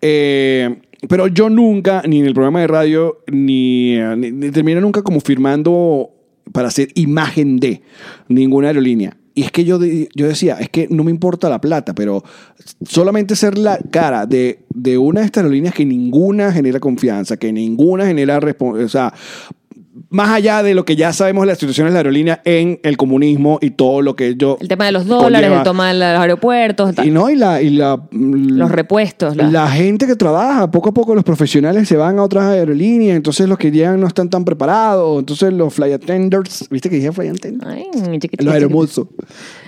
[SPEAKER 1] Eh, pero yo nunca, ni en el programa de radio, ni, eh, ni- ni terminé nunca como firmando para hacer imagen de ninguna aerolínea. Y es que yo, de- yo decía, es que no me importa la plata, pero solamente ser la cara de, de una de estas aerolíneas que ninguna genera confianza, que ninguna genera respon- O sea, más allá de lo que ya sabemos de las situaciones de la aerolínea en el comunismo y todo lo que yo...
[SPEAKER 2] El tema de los dólares,
[SPEAKER 1] conlleva.
[SPEAKER 2] el tema de los aeropuertos, tal.
[SPEAKER 1] Y no, y la... y la- mm,
[SPEAKER 2] los repuestos. la-
[SPEAKER 1] la, gente que trabaja, poco a poco los profesionales se van a otras aerolíneas, entonces los que llegan no están tan preparados, entonces los fly attenders, ¿viste que dije fly attenders?
[SPEAKER 2] Ay, chiqui, chiqui,
[SPEAKER 1] los
[SPEAKER 2] chiqui.
[SPEAKER 1] aeromozos.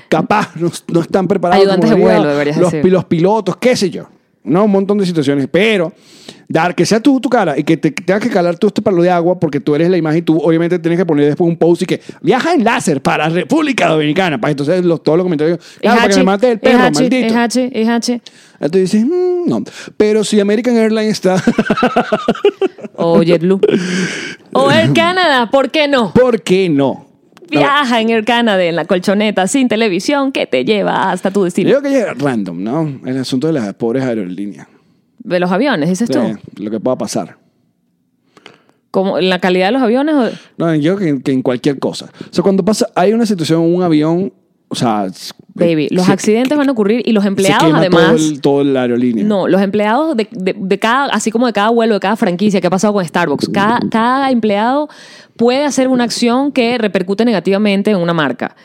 [SPEAKER 1] Capaz no, no están preparados.
[SPEAKER 2] Ayudantes
[SPEAKER 1] como
[SPEAKER 2] de
[SPEAKER 1] debería-
[SPEAKER 2] vuelo, deberías
[SPEAKER 1] los,
[SPEAKER 2] decir.
[SPEAKER 1] pi- los pilotos, qué sé yo. No, un montón de situaciones. Pero dar que sea tú tu cara y que te tengas que calar tú este palo de agua porque tú eres la imagen y tú obviamente tienes que poner después un post y que viaja en láser para República Dominicana. Para entonces los, todos los comentarios. Claro, para que me mate el perro,
[SPEAKER 2] es Hachi,
[SPEAKER 1] maldito.
[SPEAKER 2] es Hachi, es Hachi.
[SPEAKER 1] Entonces dices, "Mm, no. Pero si American Airlines está. [laughs]
[SPEAKER 2] O JetBlue.
[SPEAKER 1] [laughs]
[SPEAKER 2] o Air Canada, ¿por qué no?
[SPEAKER 1] ¿Por qué no?
[SPEAKER 2] Viaja en Air Canada en la colchoneta sin televisión que te lleva hasta tu
[SPEAKER 1] Yo
[SPEAKER 2] destino.
[SPEAKER 1] creo que ya es random, ¿no? El asunto de las pobres aerolíneas.
[SPEAKER 2] De los aviones, dices tú.
[SPEAKER 1] Sí, Lo que pueda pasar.
[SPEAKER 2] ¿Cómo, ¿La calidad de los aviones? o-
[SPEAKER 1] No, yo que, que en cualquier cosa. O sea, cuando pasa, hay una situación, un avión, o sea, s- eh,
[SPEAKER 2] Baby, los
[SPEAKER 1] se-
[SPEAKER 2] accidentes van a ocurrir y los
[SPEAKER 1] se
[SPEAKER 2] empleados
[SPEAKER 1] quema
[SPEAKER 2] además...
[SPEAKER 1] Todo el, todo la aerolínea.
[SPEAKER 2] No, los empleados de, de- de cada, así como de cada vuelo, de cada franquicia que ha pasado con Starbucks, cada, cada empleado puede hacer una acción que repercute negativamente en una marca.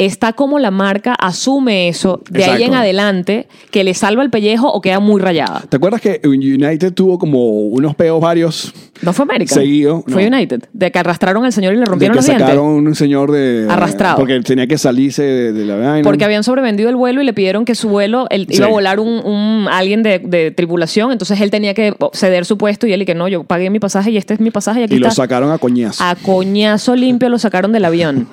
[SPEAKER 2] Está como la marca asume eso de ahí
[SPEAKER 1] Exacto.
[SPEAKER 2] en adelante, que le salva el pellejo o queda muy rayada.
[SPEAKER 1] ¿Te acuerdas que United tuvo como unos peos varios
[SPEAKER 2] No fue América.
[SPEAKER 1] Seguido,
[SPEAKER 2] Fue
[SPEAKER 1] no.
[SPEAKER 2] United. De que arrastraron al señor y le
[SPEAKER 1] de
[SPEAKER 2] rompieron
[SPEAKER 1] que
[SPEAKER 2] los dientes.
[SPEAKER 1] sacaron un señor de... eh,
[SPEAKER 2] Arrastrado.
[SPEAKER 1] Porque tenía que salirse de, de la vaina.
[SPEAKER 2] Porque habían sobrevendido el vuelo y le pidieron que su vuelo él
[SPEAKER 1] Sí.
[SPEAKER 2] iba a volar un, un- alguien de, de tripulación, entonces él tenía que ceder su puesto y él y que no, yo pagué mi pasaje y este es mi pasaje y aquí
[SPEAKER 1] Y
[SPEAKER 2] está.
[SPEAKER 1] lo sacaron a coñazo.
[SPEAKER 2] A coñazo limpio lo sacaron del avión.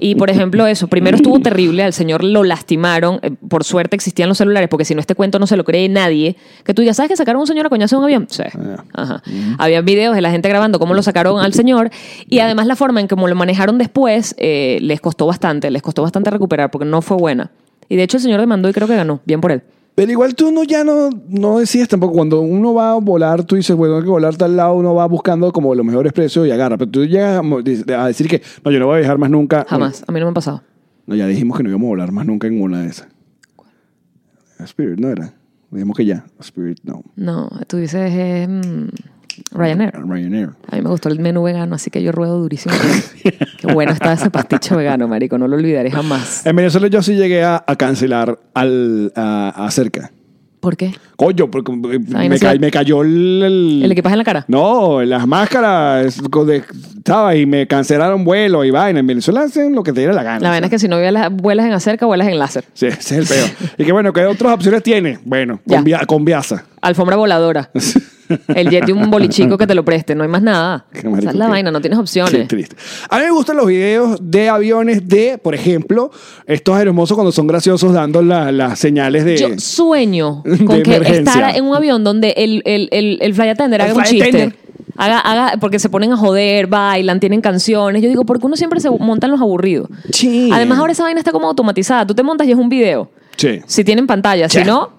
[SPEAKER 2] Y por ejemplo eso, primero estuvo terrible, al señor lo lastimaron, eh, por suerte existían los celulares, porque si no este cuento no se lo cree nadie, que tú ya sabes que sacaron a un señor a coñazo de un avión. Sí. Ajá. Había videos de la gente grabando cómo lo sacaron al señor y además la forma en cómo lo manejaron después eh, les costó bastante, les costó bastante recuperar porque no fue buena. Y de hecho el señor demandó y creo que ganó, bien por él.
[SPEAKER 1] Pero igual tú no, ya no, no decides tampoco. Cuando uno va a volar, tú dices, bueno, hay que volar tal lado, uno va buscando como los mejores precios y agarra. Pero tú llegas a mo- a decir que, no, yo no voy a viajar más nunca.
[SPEAKER 2] Jamás, a mí no me ha pasado.
[SPEAKER 1] No, ya dijimos que no íbamos a volar más nunca en una de esas. Spirit, ¿no era? Digamos que ya. Spirit, no.
[SPEAKER 2] No, tú dices eh, mm, Ryanair.
[SPEAKER 1] Ryanair.
[SPEAKER 2] A mí me gustó el menú vegano, así que yo ruedo
[SPEAKER 1] [laughs]
[SPEAKER 2] durísimo. Qué bueno está ese pasticho vegano, marico. No lo olvidaré jamás.
[SPEAKER 1] En Venezuela yo sí llegué a, a cancelar al, a, a cerca.
[SPEAKER 2] ¿Por qué?
[SPEAKER 1] Coño, porque me,
[SPEAKER 2] Ay, no
[SPEAKER 1] ca-
[SPEAKER 2] sé.
[SPEAKER 1] me cayó el, el-
[SPEAKER 2] ¿El equipaje en la cara?
[SPEAKER 1] No, las máscaras, co- de- estaba y me cancelaron vuelo y vaina. En Venezuela hacen lo que te diera la gana.
[SPEAKER 2] La verdad es que si no vuelas, vuelas en acerca, vuelas en láser.
[SPEAKER 1] Sí, ese es el peor. y que bueno, ¿qué otras opciones tiene? Bueno,
[SPEAKER 2] Ya.
[SPEAKER 1] con, via- con Viasa. [laughs]
[SPEAKER 2] Alfombra voladora. El jet y un bolichico que te lo preste. No hay más nada.
[SPEAKER 1] Qué
[SPEAKER 2] Esa
[SPEAKER 1] marico,
[SPEAKER 2] es la
[SPEAKER 1] qué-
[SPEAKER 2] vaina, no tienes
[SPEAKER 1] Qué
[SPEAKER 2] opciones.
[SPEAKER 1] triste. A mí me gustan los videos de aviones de, por ejemplo, estos hermosos cuando son graciosos dando la- las señales de...
[SPEAKER 2] Yo sueño
[SPEAKER 1] [laughs] De
[SPEAKER 2] con que
[SPEAKER 1] emergencia.
[SPEAKER 2] estar en un avión donde el, el, el, el flight attender
[SPEAKER 1] El
[SPEAKER 2] haga un
[SPEAKER 1] flight
[SPEAKER 2] chiste.
[SPEAKER 1] attender.
[SPEAKER 2] Haga, haga, porque se ponen a joder, bailan, tienen canciones. Yo digo, ¿por qué uno siempre se montan los aburridos?
[SPEAKER 1] Sí.
[SPEAKER 2] Además, ahora esa vaina está como automatizada. Tú te montas y es un video.
[SPEAKER 1] Sí.
[SPEAKER 2] Si tienen pantalla,
[SPEAKER 1] Sí.
[SPEAKER 2] si no,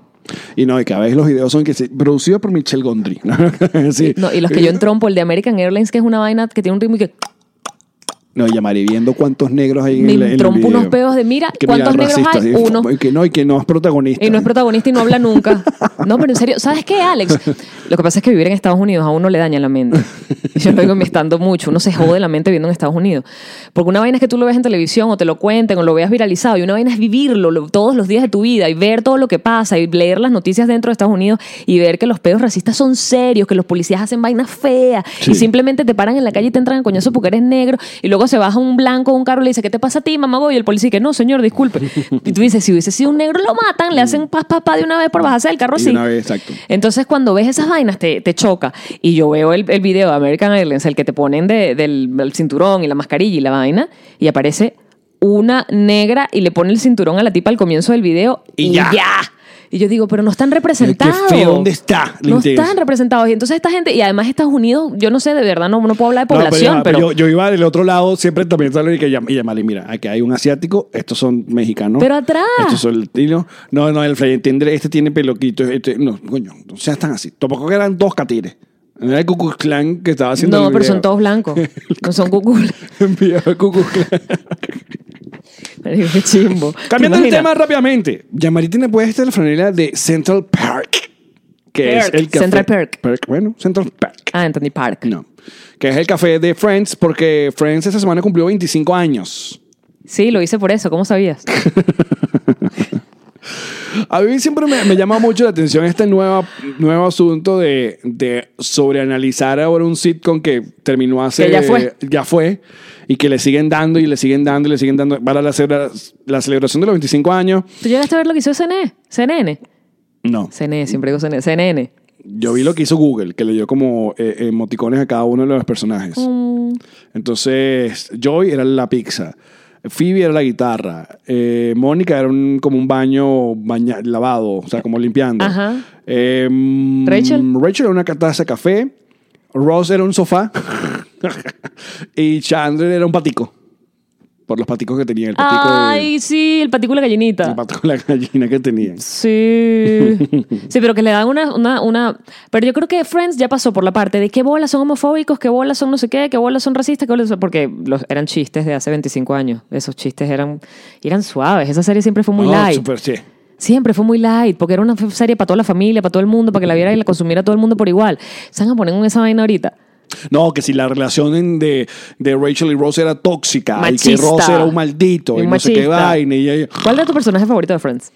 [SPEAKER 1] Y no, y cada vez los videos son que sí, producidos por Michelle Gondry. [laughs] sí.
[SPEAKER 2] no. Y los que yo entrompo, el de American Airlines, que es una vaina que tiene un ritmo y que
[SPEAKER 1] No, llamaré viendo cuántos negros hay en
[SPEAKER 2] Me
[SPEAKER 1] el, en el
[SPEAKER 2] trompo
[SPEAKER 1] video.
[SPEAKER 2] unos peos de, mira, ¿cuántos negros
[SPEAKER 1] racistas,
[SPEAKER 2] hay?
[SPEAKER 1] y-
[SPEAKER 2] Uno.
[SPEAKER 1] Y que no, y que no es protagonista.
[SPEAKER 2] y no es protagonista y no habla nunca. No, pero en serio, ¿sabes qué, Alex? Lo que pasa es que vivir en Estados Unidos a uno le daña la mente. Yo lo digo me estando mucho. Uno se jode la mente viviendo en Estados Unidos. Porque una vaina es que tú lo ves en televisión o te lo cuenten o lo veas viralizado. Y una vaina es vivirlo lo- todos los días de tu vida y ver todo lo que pasa y leer las noticias dentro de Estados Unidos y ver que los pedos racistas son serios, que los policías hacen vainas feas
[SPEAKER 1] Sí.
[SPEAKER 2] y simplemente te paran en la calle y te entran a coñazo porque eres negro. Y luego se baja un blanco, un carro y le dice, ¿qué te pasa a ti, mamá? Y el policía que no, señor, disculpe. Y tú dices, si hubiese sido un negro, lo matan, le hacen pas, pas, pas de una vez por bajarse del carro
[SPEAKER 1] De
[SPEAKER 2] así.
[SPEAKER 1] una vez, exacto.
[SPEAKER 2] Entonces, cuando ves esas vainas, te, te choca. Y yo veo el, el video de American Airlines, el que te ponen de- del, del cinturón y la mascarilla y la vaina, y aparece una negra y le pone el cinturón a la tipa al comienzo del video
[SPEAKER 1] Y
[SPEAKER 2] y,
[SPEAKER 1] ya.
[SPEAKER 2] ya. Y yo digo, pero no están representados.
[SPEAKER 1] feo, ¿dónde está la
[SPEAKER 2] No
[SPEAKER 1] integración?
[SPEAKER 2] están representados. Y entonces esta gente, y además Estados Unidos, yo no sé, de verdad no, no puedo hablar de
[SPEAKER 1] No,
[SPEAKER 2] población,
[SPEAKER 1] ya,
[SPEAKER 2] pero,
[SPEAKER 1] yo, yo iba del otro lado, siempre también sale y que llam- y llamarle, mira, aquí hay un asiático, estos son mexicanos.
[SPEAKER 2] Pero atrás.
[SPEAKER 1] Estos son latinos. No, no, el fly entender, este tiene peloquitos. Este, no, coño, no seas tan así. Tampoco eran dos catires. No Era el Cucu Clan que estaba haciendo
[SPEAKER 2] no,
[SPEAKER 1] el
[SPEAKER 2] pero
[SPEAKER 1] video.
[SPEAKER 2] son todos blancos. No son [laughs] Google.
[SPEAKER 1] [laughs] Enviaba el Ku Klux Klan.
[SPEAKER 2] Marico, Qué chimbo. ¿Te
[SPEAKER 1] Cambiando el
[SPEAKER 2] imaginas?
[SPEAKER 1] tema rápidamente. Yamari tiene puesta la franela de Central Park. Que es
[SPEAKER 2] Perk.
[SPEAKER 1] el café.
[SPEAKER 2] Central Perk.
[SPEAKER 1] Bueno, Central Park.
[SPEAKER 2] Ah, Anthony Park.
[SPEAKER 1] No. Que es el café de Friends, porque Friends esta semana cumplió 25 años.
[SPEAKER 2] Sí, lo hice por eso. ¿Cómo sabías?
[SPEAKER 1] A mí siempre me, me llama mucho la atención este nuevo, nuevo asunto de, de sobreanalizar ahora un sitcom que terminó hace...
[SPEAKER 2] Que ya fue.
[SPEAKER 1] Ya fue. Y que le siguen dando y le siguen dando y le siguen dando. Para la, celebra- la celebración de los 25 años,
[SPEAKER 2] ¿Tú llegaste a ver lo que hizo CNN? CNN.
[SPEAKER 1] no.
[SPEAKER 2] CNN, siempre digo CNN. CNN.
[SPEAKER 1] Yo vi lo que hizo Google, que le dio como eh, emoticones a cada uno de los personajes.
[SPEAKER 2] Mm.
[SPEAKER 1] Entonces, Joy era la pizza. Phoebe era la guitarra. eh, Mónica era un- como un baño baña- lavado, o sea, como limpiando.
[SPEAKER 2] Ajá.
[SPEAKER 1] Eh, mm,
[SPEAKER 2] Rachel.
[SPEAKER 1] Rachel era una taza de café. Ross era un sofá. [laughs] y Chandler era un patico. Por los paticos que tenía. El patico, de-
[SPEAKER 2] Ay, sí, el patico y la gallinita.
[SPEAKER 1] el patico de la gallina que tenían. [laughs]
[SPEAKER 2] Sí. Sí, pero que le dan una, una, una. Pero yo creo que Friends ya pasó por la parte de qué bolas son homofóbicos, qué bolas son no sé qué, qué bolas son racistas, qué bolas son- Porque los, eran chistes de hace 25 años. Esos chistes eran, eran suaves. Esa serie siempre fue muy
[SPEAKER 1] No,
[SPEAKER 2] light.
[SPEAKER 1] super, sí.
[SPEAKER 2] Siempre fue muy light, porque era una f- serie para toda la familia, para todo el mundo, para que la viera y la consumiera todo el mundo por igual. Se van a poner en esa vaina ahorita.
[SPEAKER 1] No, que si la relación en- de, de Rachel y Ross era tóxica y que
[SPEAKER 2] Machista.
[SPEAKER 1] Ross era un maldito y
[SPEAKER 2] Un
[SPEAKER 1] no sé qué
[SPEAKER 2] machista.
[SPEAKER 1] vaina y ella-
[SPEAKER 2] ¿Cuál era tu personaje favorito de Friends?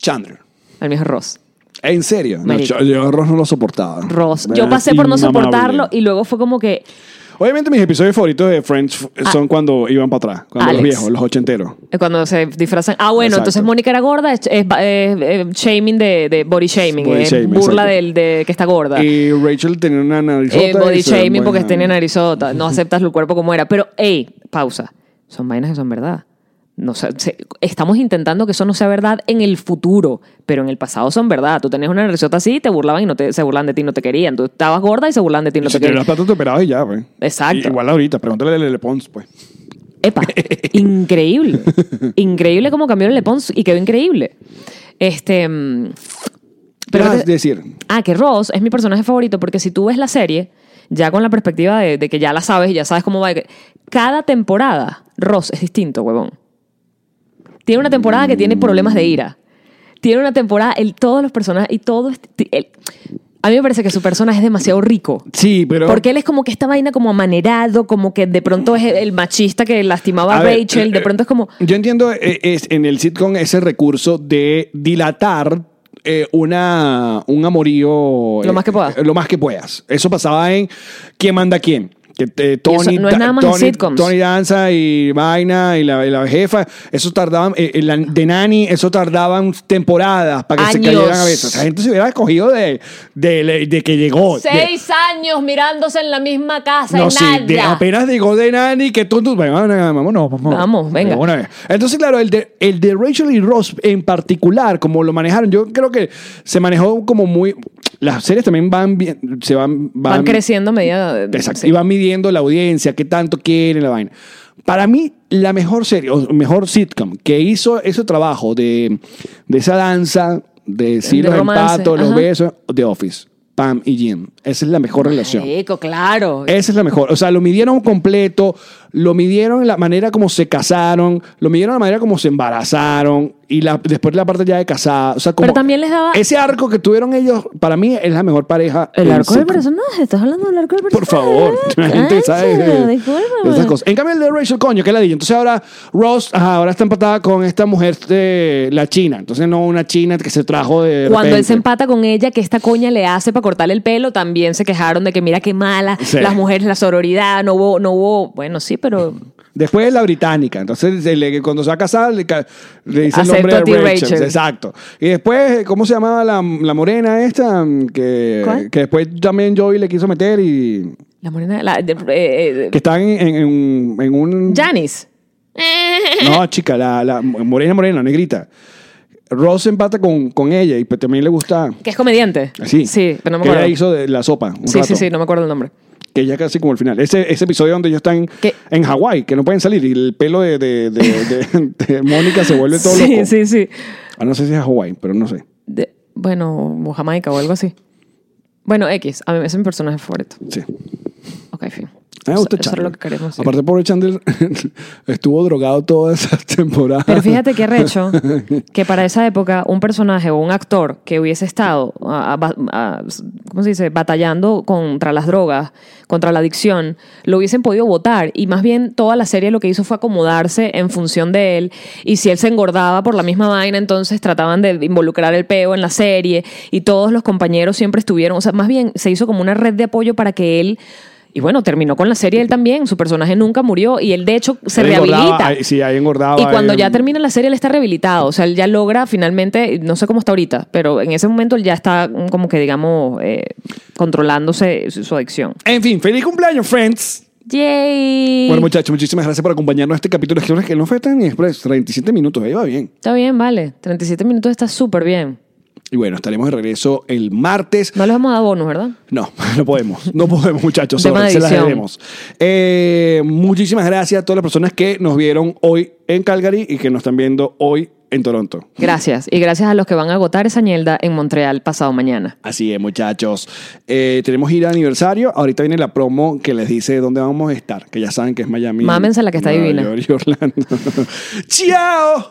[SPEAKER 1] Chandler.
[SPEAKER 2] El mío es Ross.
[SPEAKER 1] En serio, no,
[SPEAKER 2] Marico.
[SPEAKER 1] yo, yo a Ross no lo soportaba.
[SPEAKER 2] Ross.
[SPEAKER 1] Era
[SPEAKER 2] Yo pasé por no
[SPEAKER 1] inmamable.
[SPEAKER 2] soportarlo y luego fue como que
[SPEAKER 1] Obviamente mis episodios favoritos de Friends f- son cuando iban para atrás, cuando los
[SPEAKER 2] Ah. Alex.
[SPEAKER 1] viejos, los ochenteros.
[SPEAKER 2] eh, cuando se disfrazan. Ah, bueno,
[SPEAKER 1] Exacto.
[SPEAKER 2] entonces Mónica era gorda, es, es ba- eh, eh, shaming de, de body shaming,
[SPEAKER 1] Body
[SPEAKER 2] eh,
[SPEAKER 1] shaming,
[SPEAKER 2] burla
[SPEAKER 1] exacto.
[SPEAKER 2] del de que está gorda.
[SPEAKER 1] Y Rachel tenía una narizota.
[SPEAKER 2] Eh, body
[SPEAKER 1] y se-
[SPEAKER 2] shaming porque
[SPEAKER 1] bueno,
[SPEAKER 2] tenía narizota,
[SPEAKER 1] [laughs]
[SPEAKER 2] no aceptas el cuerpo como era. Pero, hey, pausa. Son vainas que son verdad. No, sé, se- estamos intentando que eso no sea verdad en el futuro, pero en el pasado son verdad. Tú tenías una narizota así y te burlaban y no te, se burlan de ti, no te querían. Tú estabas gorda y se burlan de ti, no
[SPEAKER 1] Si
[SPEAKER 2] te
[SPEAKER 1] tenía las
[SPEAKER 2] querían.
[SPEAKER 1] patas operadas y ya, güey.
[SPEAKER 2] Exacto.
[SPEAKER 1] Igual ahorita, pregúntale a Lele Pons, pues. [laughs]
[SPEAKER 2] Epa, increíble. Increíble cómo cambió el Lepons y quedó increíble. Este. mm,
[SPEAKER 1] Pero
[SPEAKER 2] Pero
[SPEAKER 1] es
[SPEAKER 2] te-
[SPEAKER 1] decir,
[SPEAKER 2] Ah, que Ross es mi personaje favorito porque si tú ves la serie, ya con la perspectiva de, de que ya la sabes y ya sabes cómo va, que- cada temporada Ross es distinto, huevón. Tiene una temporada que tiene problemas de ira. tiene una temporada, el, todos los personajes y todo. este- el- a mí me parece que su personaje es demasiado rico.
[SPEAKER 1] Sí, pero.
[SPEAKER 2] Porque él es como que esta vaina como amanerado, como que de pronto es el machista que lastimaba a,
[SPEAKER 1] A ver,
[SPEAKER 2] Rachel,
[SPEAKER 1] eh,
[SPEAKER 2] de pronto es como...
[SPEAKER 1] Yo entiendo eh, es, en el sitcom ese recurso de dilatar eh, una, un amorío.
[SPEAKER 2] Lo
[SPEAKER 1] eh,
[SPEAKER 2] más que puedas.
[SPEAKER 1] eh, lo más que puedas. Eso pasaba en ¿Quién manda a quién? Que, eh, Tony,
[SPEAKER 2] no es
[SPEAKER 1] Da-
[SPEAKER 2] nada más en
[SPEAKER 1] Tony,
[SPEAKER 2] sitcoms.
[SPEAKER 1] Tony Danza y Vaina y la, y la jefa, eso tardaban, eh, eh, la- de Nani, eso tardaban temporadas para que se
[SPEAKER 2] Años.
[SPEAKER 1] cayeran a veces. La gente se hubiera escogido de, de- de que llegó. de-
[SPEAKER 2] años mirándose en la misma casa,
[SPEAKER 1] no, sí, de- apenas digo de Nani que tú, tú bueno, bueno, vámonos, vámonos.
[SPEAKER 2] Vamos, venga.
[SPEAKER 1] Una vez. Entonces, claro, el de, el de Rachel y Ross en particular, como lo manejaron, yo creo que se manejó como muy. Las series también van bien, se van, van,
[SPEAKER 2] Van creciendo a medida...
[SPEAKER 1] Exacto.
[SPEAKER 2] sí.
[SPEAKER 1] Y van midiendo la audiencia, qué tanto quieren la vaina. Para mí, la mejor serie, o mejor sitcom que hizo ese trabajo de, de esa danza, de decir
[SPEAKER 2] De
[SPEAKER 1] los
[SPEAKER 2] romance,
[SPEAKER 1] empatos, los
[SPEAKER 2] ajá.
[SPEAKER 1] besos, The Office, Pam y Jim. Esa es la mejor relación.
[SPEAKER 2] Marico, claro.
[SPEAKER 1] Esa es la mejor. O sea, lo midieron completo, lo midieron la manera como se casaron, lo midieron la manera como se embarazaron y la, después la parte ya de casada. O sea, como
[SPEAKER 2] Pero también les daba-
[SPEAKER 1] Ese arco que tuvieron ellos, para mí, es la mejor pareja.
[SPEAKER 2] El
[SPEAKER 1] en
[SPEAKER 2] arco del
[SPEAKER 1] sitcom.
[SPEAKER 2] personaje, estás hablando del arco del
[SPEAKER 1] Por
[SPEAKER 2] personaje. [laughs]
[SPEAKER 1] favor, la gente sabe
[SPEAKER 2] Cánchalo,
[SPEAKER 1] de- de
[SPEAKER 2] discúlpame.
[SPEAKER 1] esas cosas. En cambio, el de Rachel, coño, que la dije. Entonces ahora Ross, ajá, ahora está empatada con esta mujer, de la china. Entonces no una china que se trajo de.
[SPEAKER 2] Cuando él
[SPEAKER 1] repente.
[SPEAKER 2] se empata con ella, que esta coña le hace para cortarle el pelo, también se quejaron de que mira qué mala,
[SPEAKER 1] Sí.
[SPEAKER 2] las mujeres, la sororidad, no hubo, no hubo, bueno, sí, pero
[SPEAKER 1] Después la británica. Entonces, se le- cuando se ha casado, le, ca- le dice
[SPEAKER 2] Acepto
[SPEAKER 1] el
[SPEAKER 2] a ti,
[SPEAKER 1] nombre de Rachel.
[SPEAKER 2] Rachel.
[SPEAKER 1] Exacto. Y después, ¿cómo se llamaba la, la morena esta? Que,
[SPEAKER 2] ¿Cuál?
[SPEAKER 1] que después también Joey le quiso meter y.
[SPEAKER 2] la morena, la, de- eh, eh,
[SPEAKER 1] Que están en, en un- en un.
[SPEAKER 2] Janice.
[SPEAKER 1] No, chica, la, la morena, morena, negrita. Ross empata con, con ella y pues también le gusta.
[SPEAKER 2] Que es comediante.
[SPEAKER 1] Así.
[SPEAKER 2] Sí, pero no me
[SPEAKER 1] Que
[SPEAKER 2] acuerdo.
[SPEAKER 1] ella hizo de la sopa. un
[SPEAKER 2] sí, sí,
[SPEAKER 1] rato.
[SPEAKER 2] sí, no me acuerdo el nombre.
[SPEAKER 1] Que ya casi como el final. Ese, ese episodio donde ellos están
[SPEAKER 2] Que-
[SPEAKER 1] en Hawái, que no pueden salir y el pelo de, de- de- de- de Mónica se vuelve todo
[SPEAKER 2] sí,
[SPEAKER 1] loco.
[SPEAKER 2] sí, sí.
[SPEAKER 1] Ah, no sé si es Hawái, pero no sé.
[SPEAKER 2] De- bueno, o Jamaica o algo así. Bueno, X, a mí ese es mi personaje favorito.
[SPEAKER 1] Sí.
[SPEAKER 2] Ok, fin.
[SPEAKER 1] A mí me
[SPEAKER 2] Eso-
[SPEAKER 1] gusta
[SPEAKER 2] eso es
[SPEAKER 1] Chandler.
[SPEAKER 2] lo que queremos. sí.
[SPEAKER 1] Aparte, pobre Chandler [laughs] estuvo drogado todas [laughs] esas temporadas.
[SPEAKER 2] Pero fíjate qué recho que para esa época un personaje o un actor que hubiese estado, a- a- a- ¿cómo se dice?, batallando contra las drogas, contra la adicción, lo hubiesen podido votar. Y más bien toda la serie lo que hizo fue acomodarse en función de él. Y si él se engordaba por la misma vaina, entonces trataban de involucrar el peo en la serie. Y todos los compañeros siempre estuvieron, o sea, más bien se hizo como una red de apoyo para que él... Y bueno, terminó con la serie él también, su personaje nunca murió y él de hecho se
[SPEAKER 1] Él engordaba,
[SPEAKER 2] rehabilita.
[SPEAKER 1] ahí- sí, ahí engordaba.
[SPEAKER 2] Y cuando
[SPEAKER 1] ahí-
[SPEAKER 2] ya termina la serie, él está rehabilitado. O sea, él ya logra finalmente, no sé cómo está ahorita, pero en ese momento él ya está mm, como que, digamos, eh, controlándose su, su adicción.
[SPEAKER 1] En fin, feliz cumpleaños, friends.
[SPEAKER 2] ¡Yay!
[SPEAKER 1] Bueno, muchachos, muchísimas gracias por acompañarnos a este capítulo. Es que no fue tan express, 37 minutos, ahí va bien.
[SPEAKER 2] está bien, vale. 37 minutos está súper bien.
[SPEAKER 1] Y bueno, estaremos de regreso el martes.
[SPEAKER 2] No les vamos a dar bonus, ¿verdad?
[SPEAKER 1] No, [laughs] no podemos. No podemos, muchachos.
[SPEAKER 2] Tema
[SPEAKER 1] sorry,
[SPEAKER 2] de
[SPEAKER 1] se las
[SPEAKER 2] edición.
[SPEAKER 1] debemos. Eh, muchísimas gracias a todas las personas que nos vieron hoy en Calgary y que nos están viendo hoy en Toronto.
[SPEAKER 2] Gracias. Y gracias a los que van a agotar esa ñelda en Montreal pasado mañana.
[SPEAKER 1] Así es, muchachos. Eh, tenemos gira de aniversario. Ahorita viene la promo que les dice dónde vamos a estar, que ya saben que es Miami.
[SPEAKER 2] Mámense la que está
[SPEAKER 1] Nueva
[SPEAKER 2] divina.
[SPEAKER 1] York y Orlando. [laughs] ¡Chao!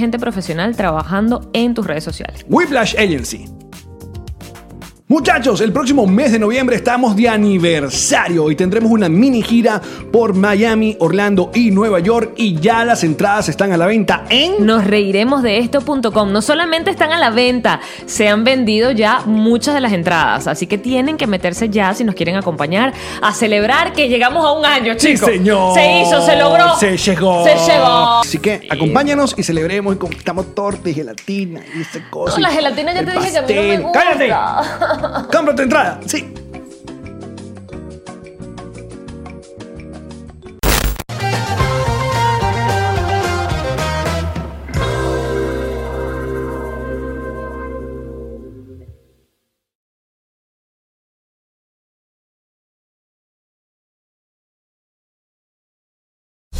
[SPEAKER 2] gente profesional trabajando en tus redes sociales.
[SPEAKER 6] Whiplash Agency. Muchachos, el próximo mes de noviembre estamos de aniversario y tendremos una mini gira por Miami, Orlando y Nueva York y ya las entradas están a la venta en...
[SPEAKER 2] Nos reiremos de esto.com. No solamente están a la venta, se han vendido ya muchas de las entradas. Así que tienen que meterse ya si nos quieren acompañar a celebrar que llegamos a un año,
[SPEAKER 6] Sí,
[SPEAKER 2] chicos.
[SPEAKER 6] señor.
[SPEAKER 2] Se hizo, se logró.
[SPEAKER 6] Se llegó.
[SPEAKER 2] Se llegó.
[SPEAKER 6] Así que acompáñanos y celebremos y conquistamos torta y gelatina y esa cosa.
[SPEAKER 2] No, la gelatina ya
[SPEAKER 6] El
[SPEAKER 2] te dije que a mí no me
[SPEAKER 6] pastel.
[SPEAKER 2] gusta.
[SPEAKER 6] ¡Cállate! ¡Cómprate entrada! Sí.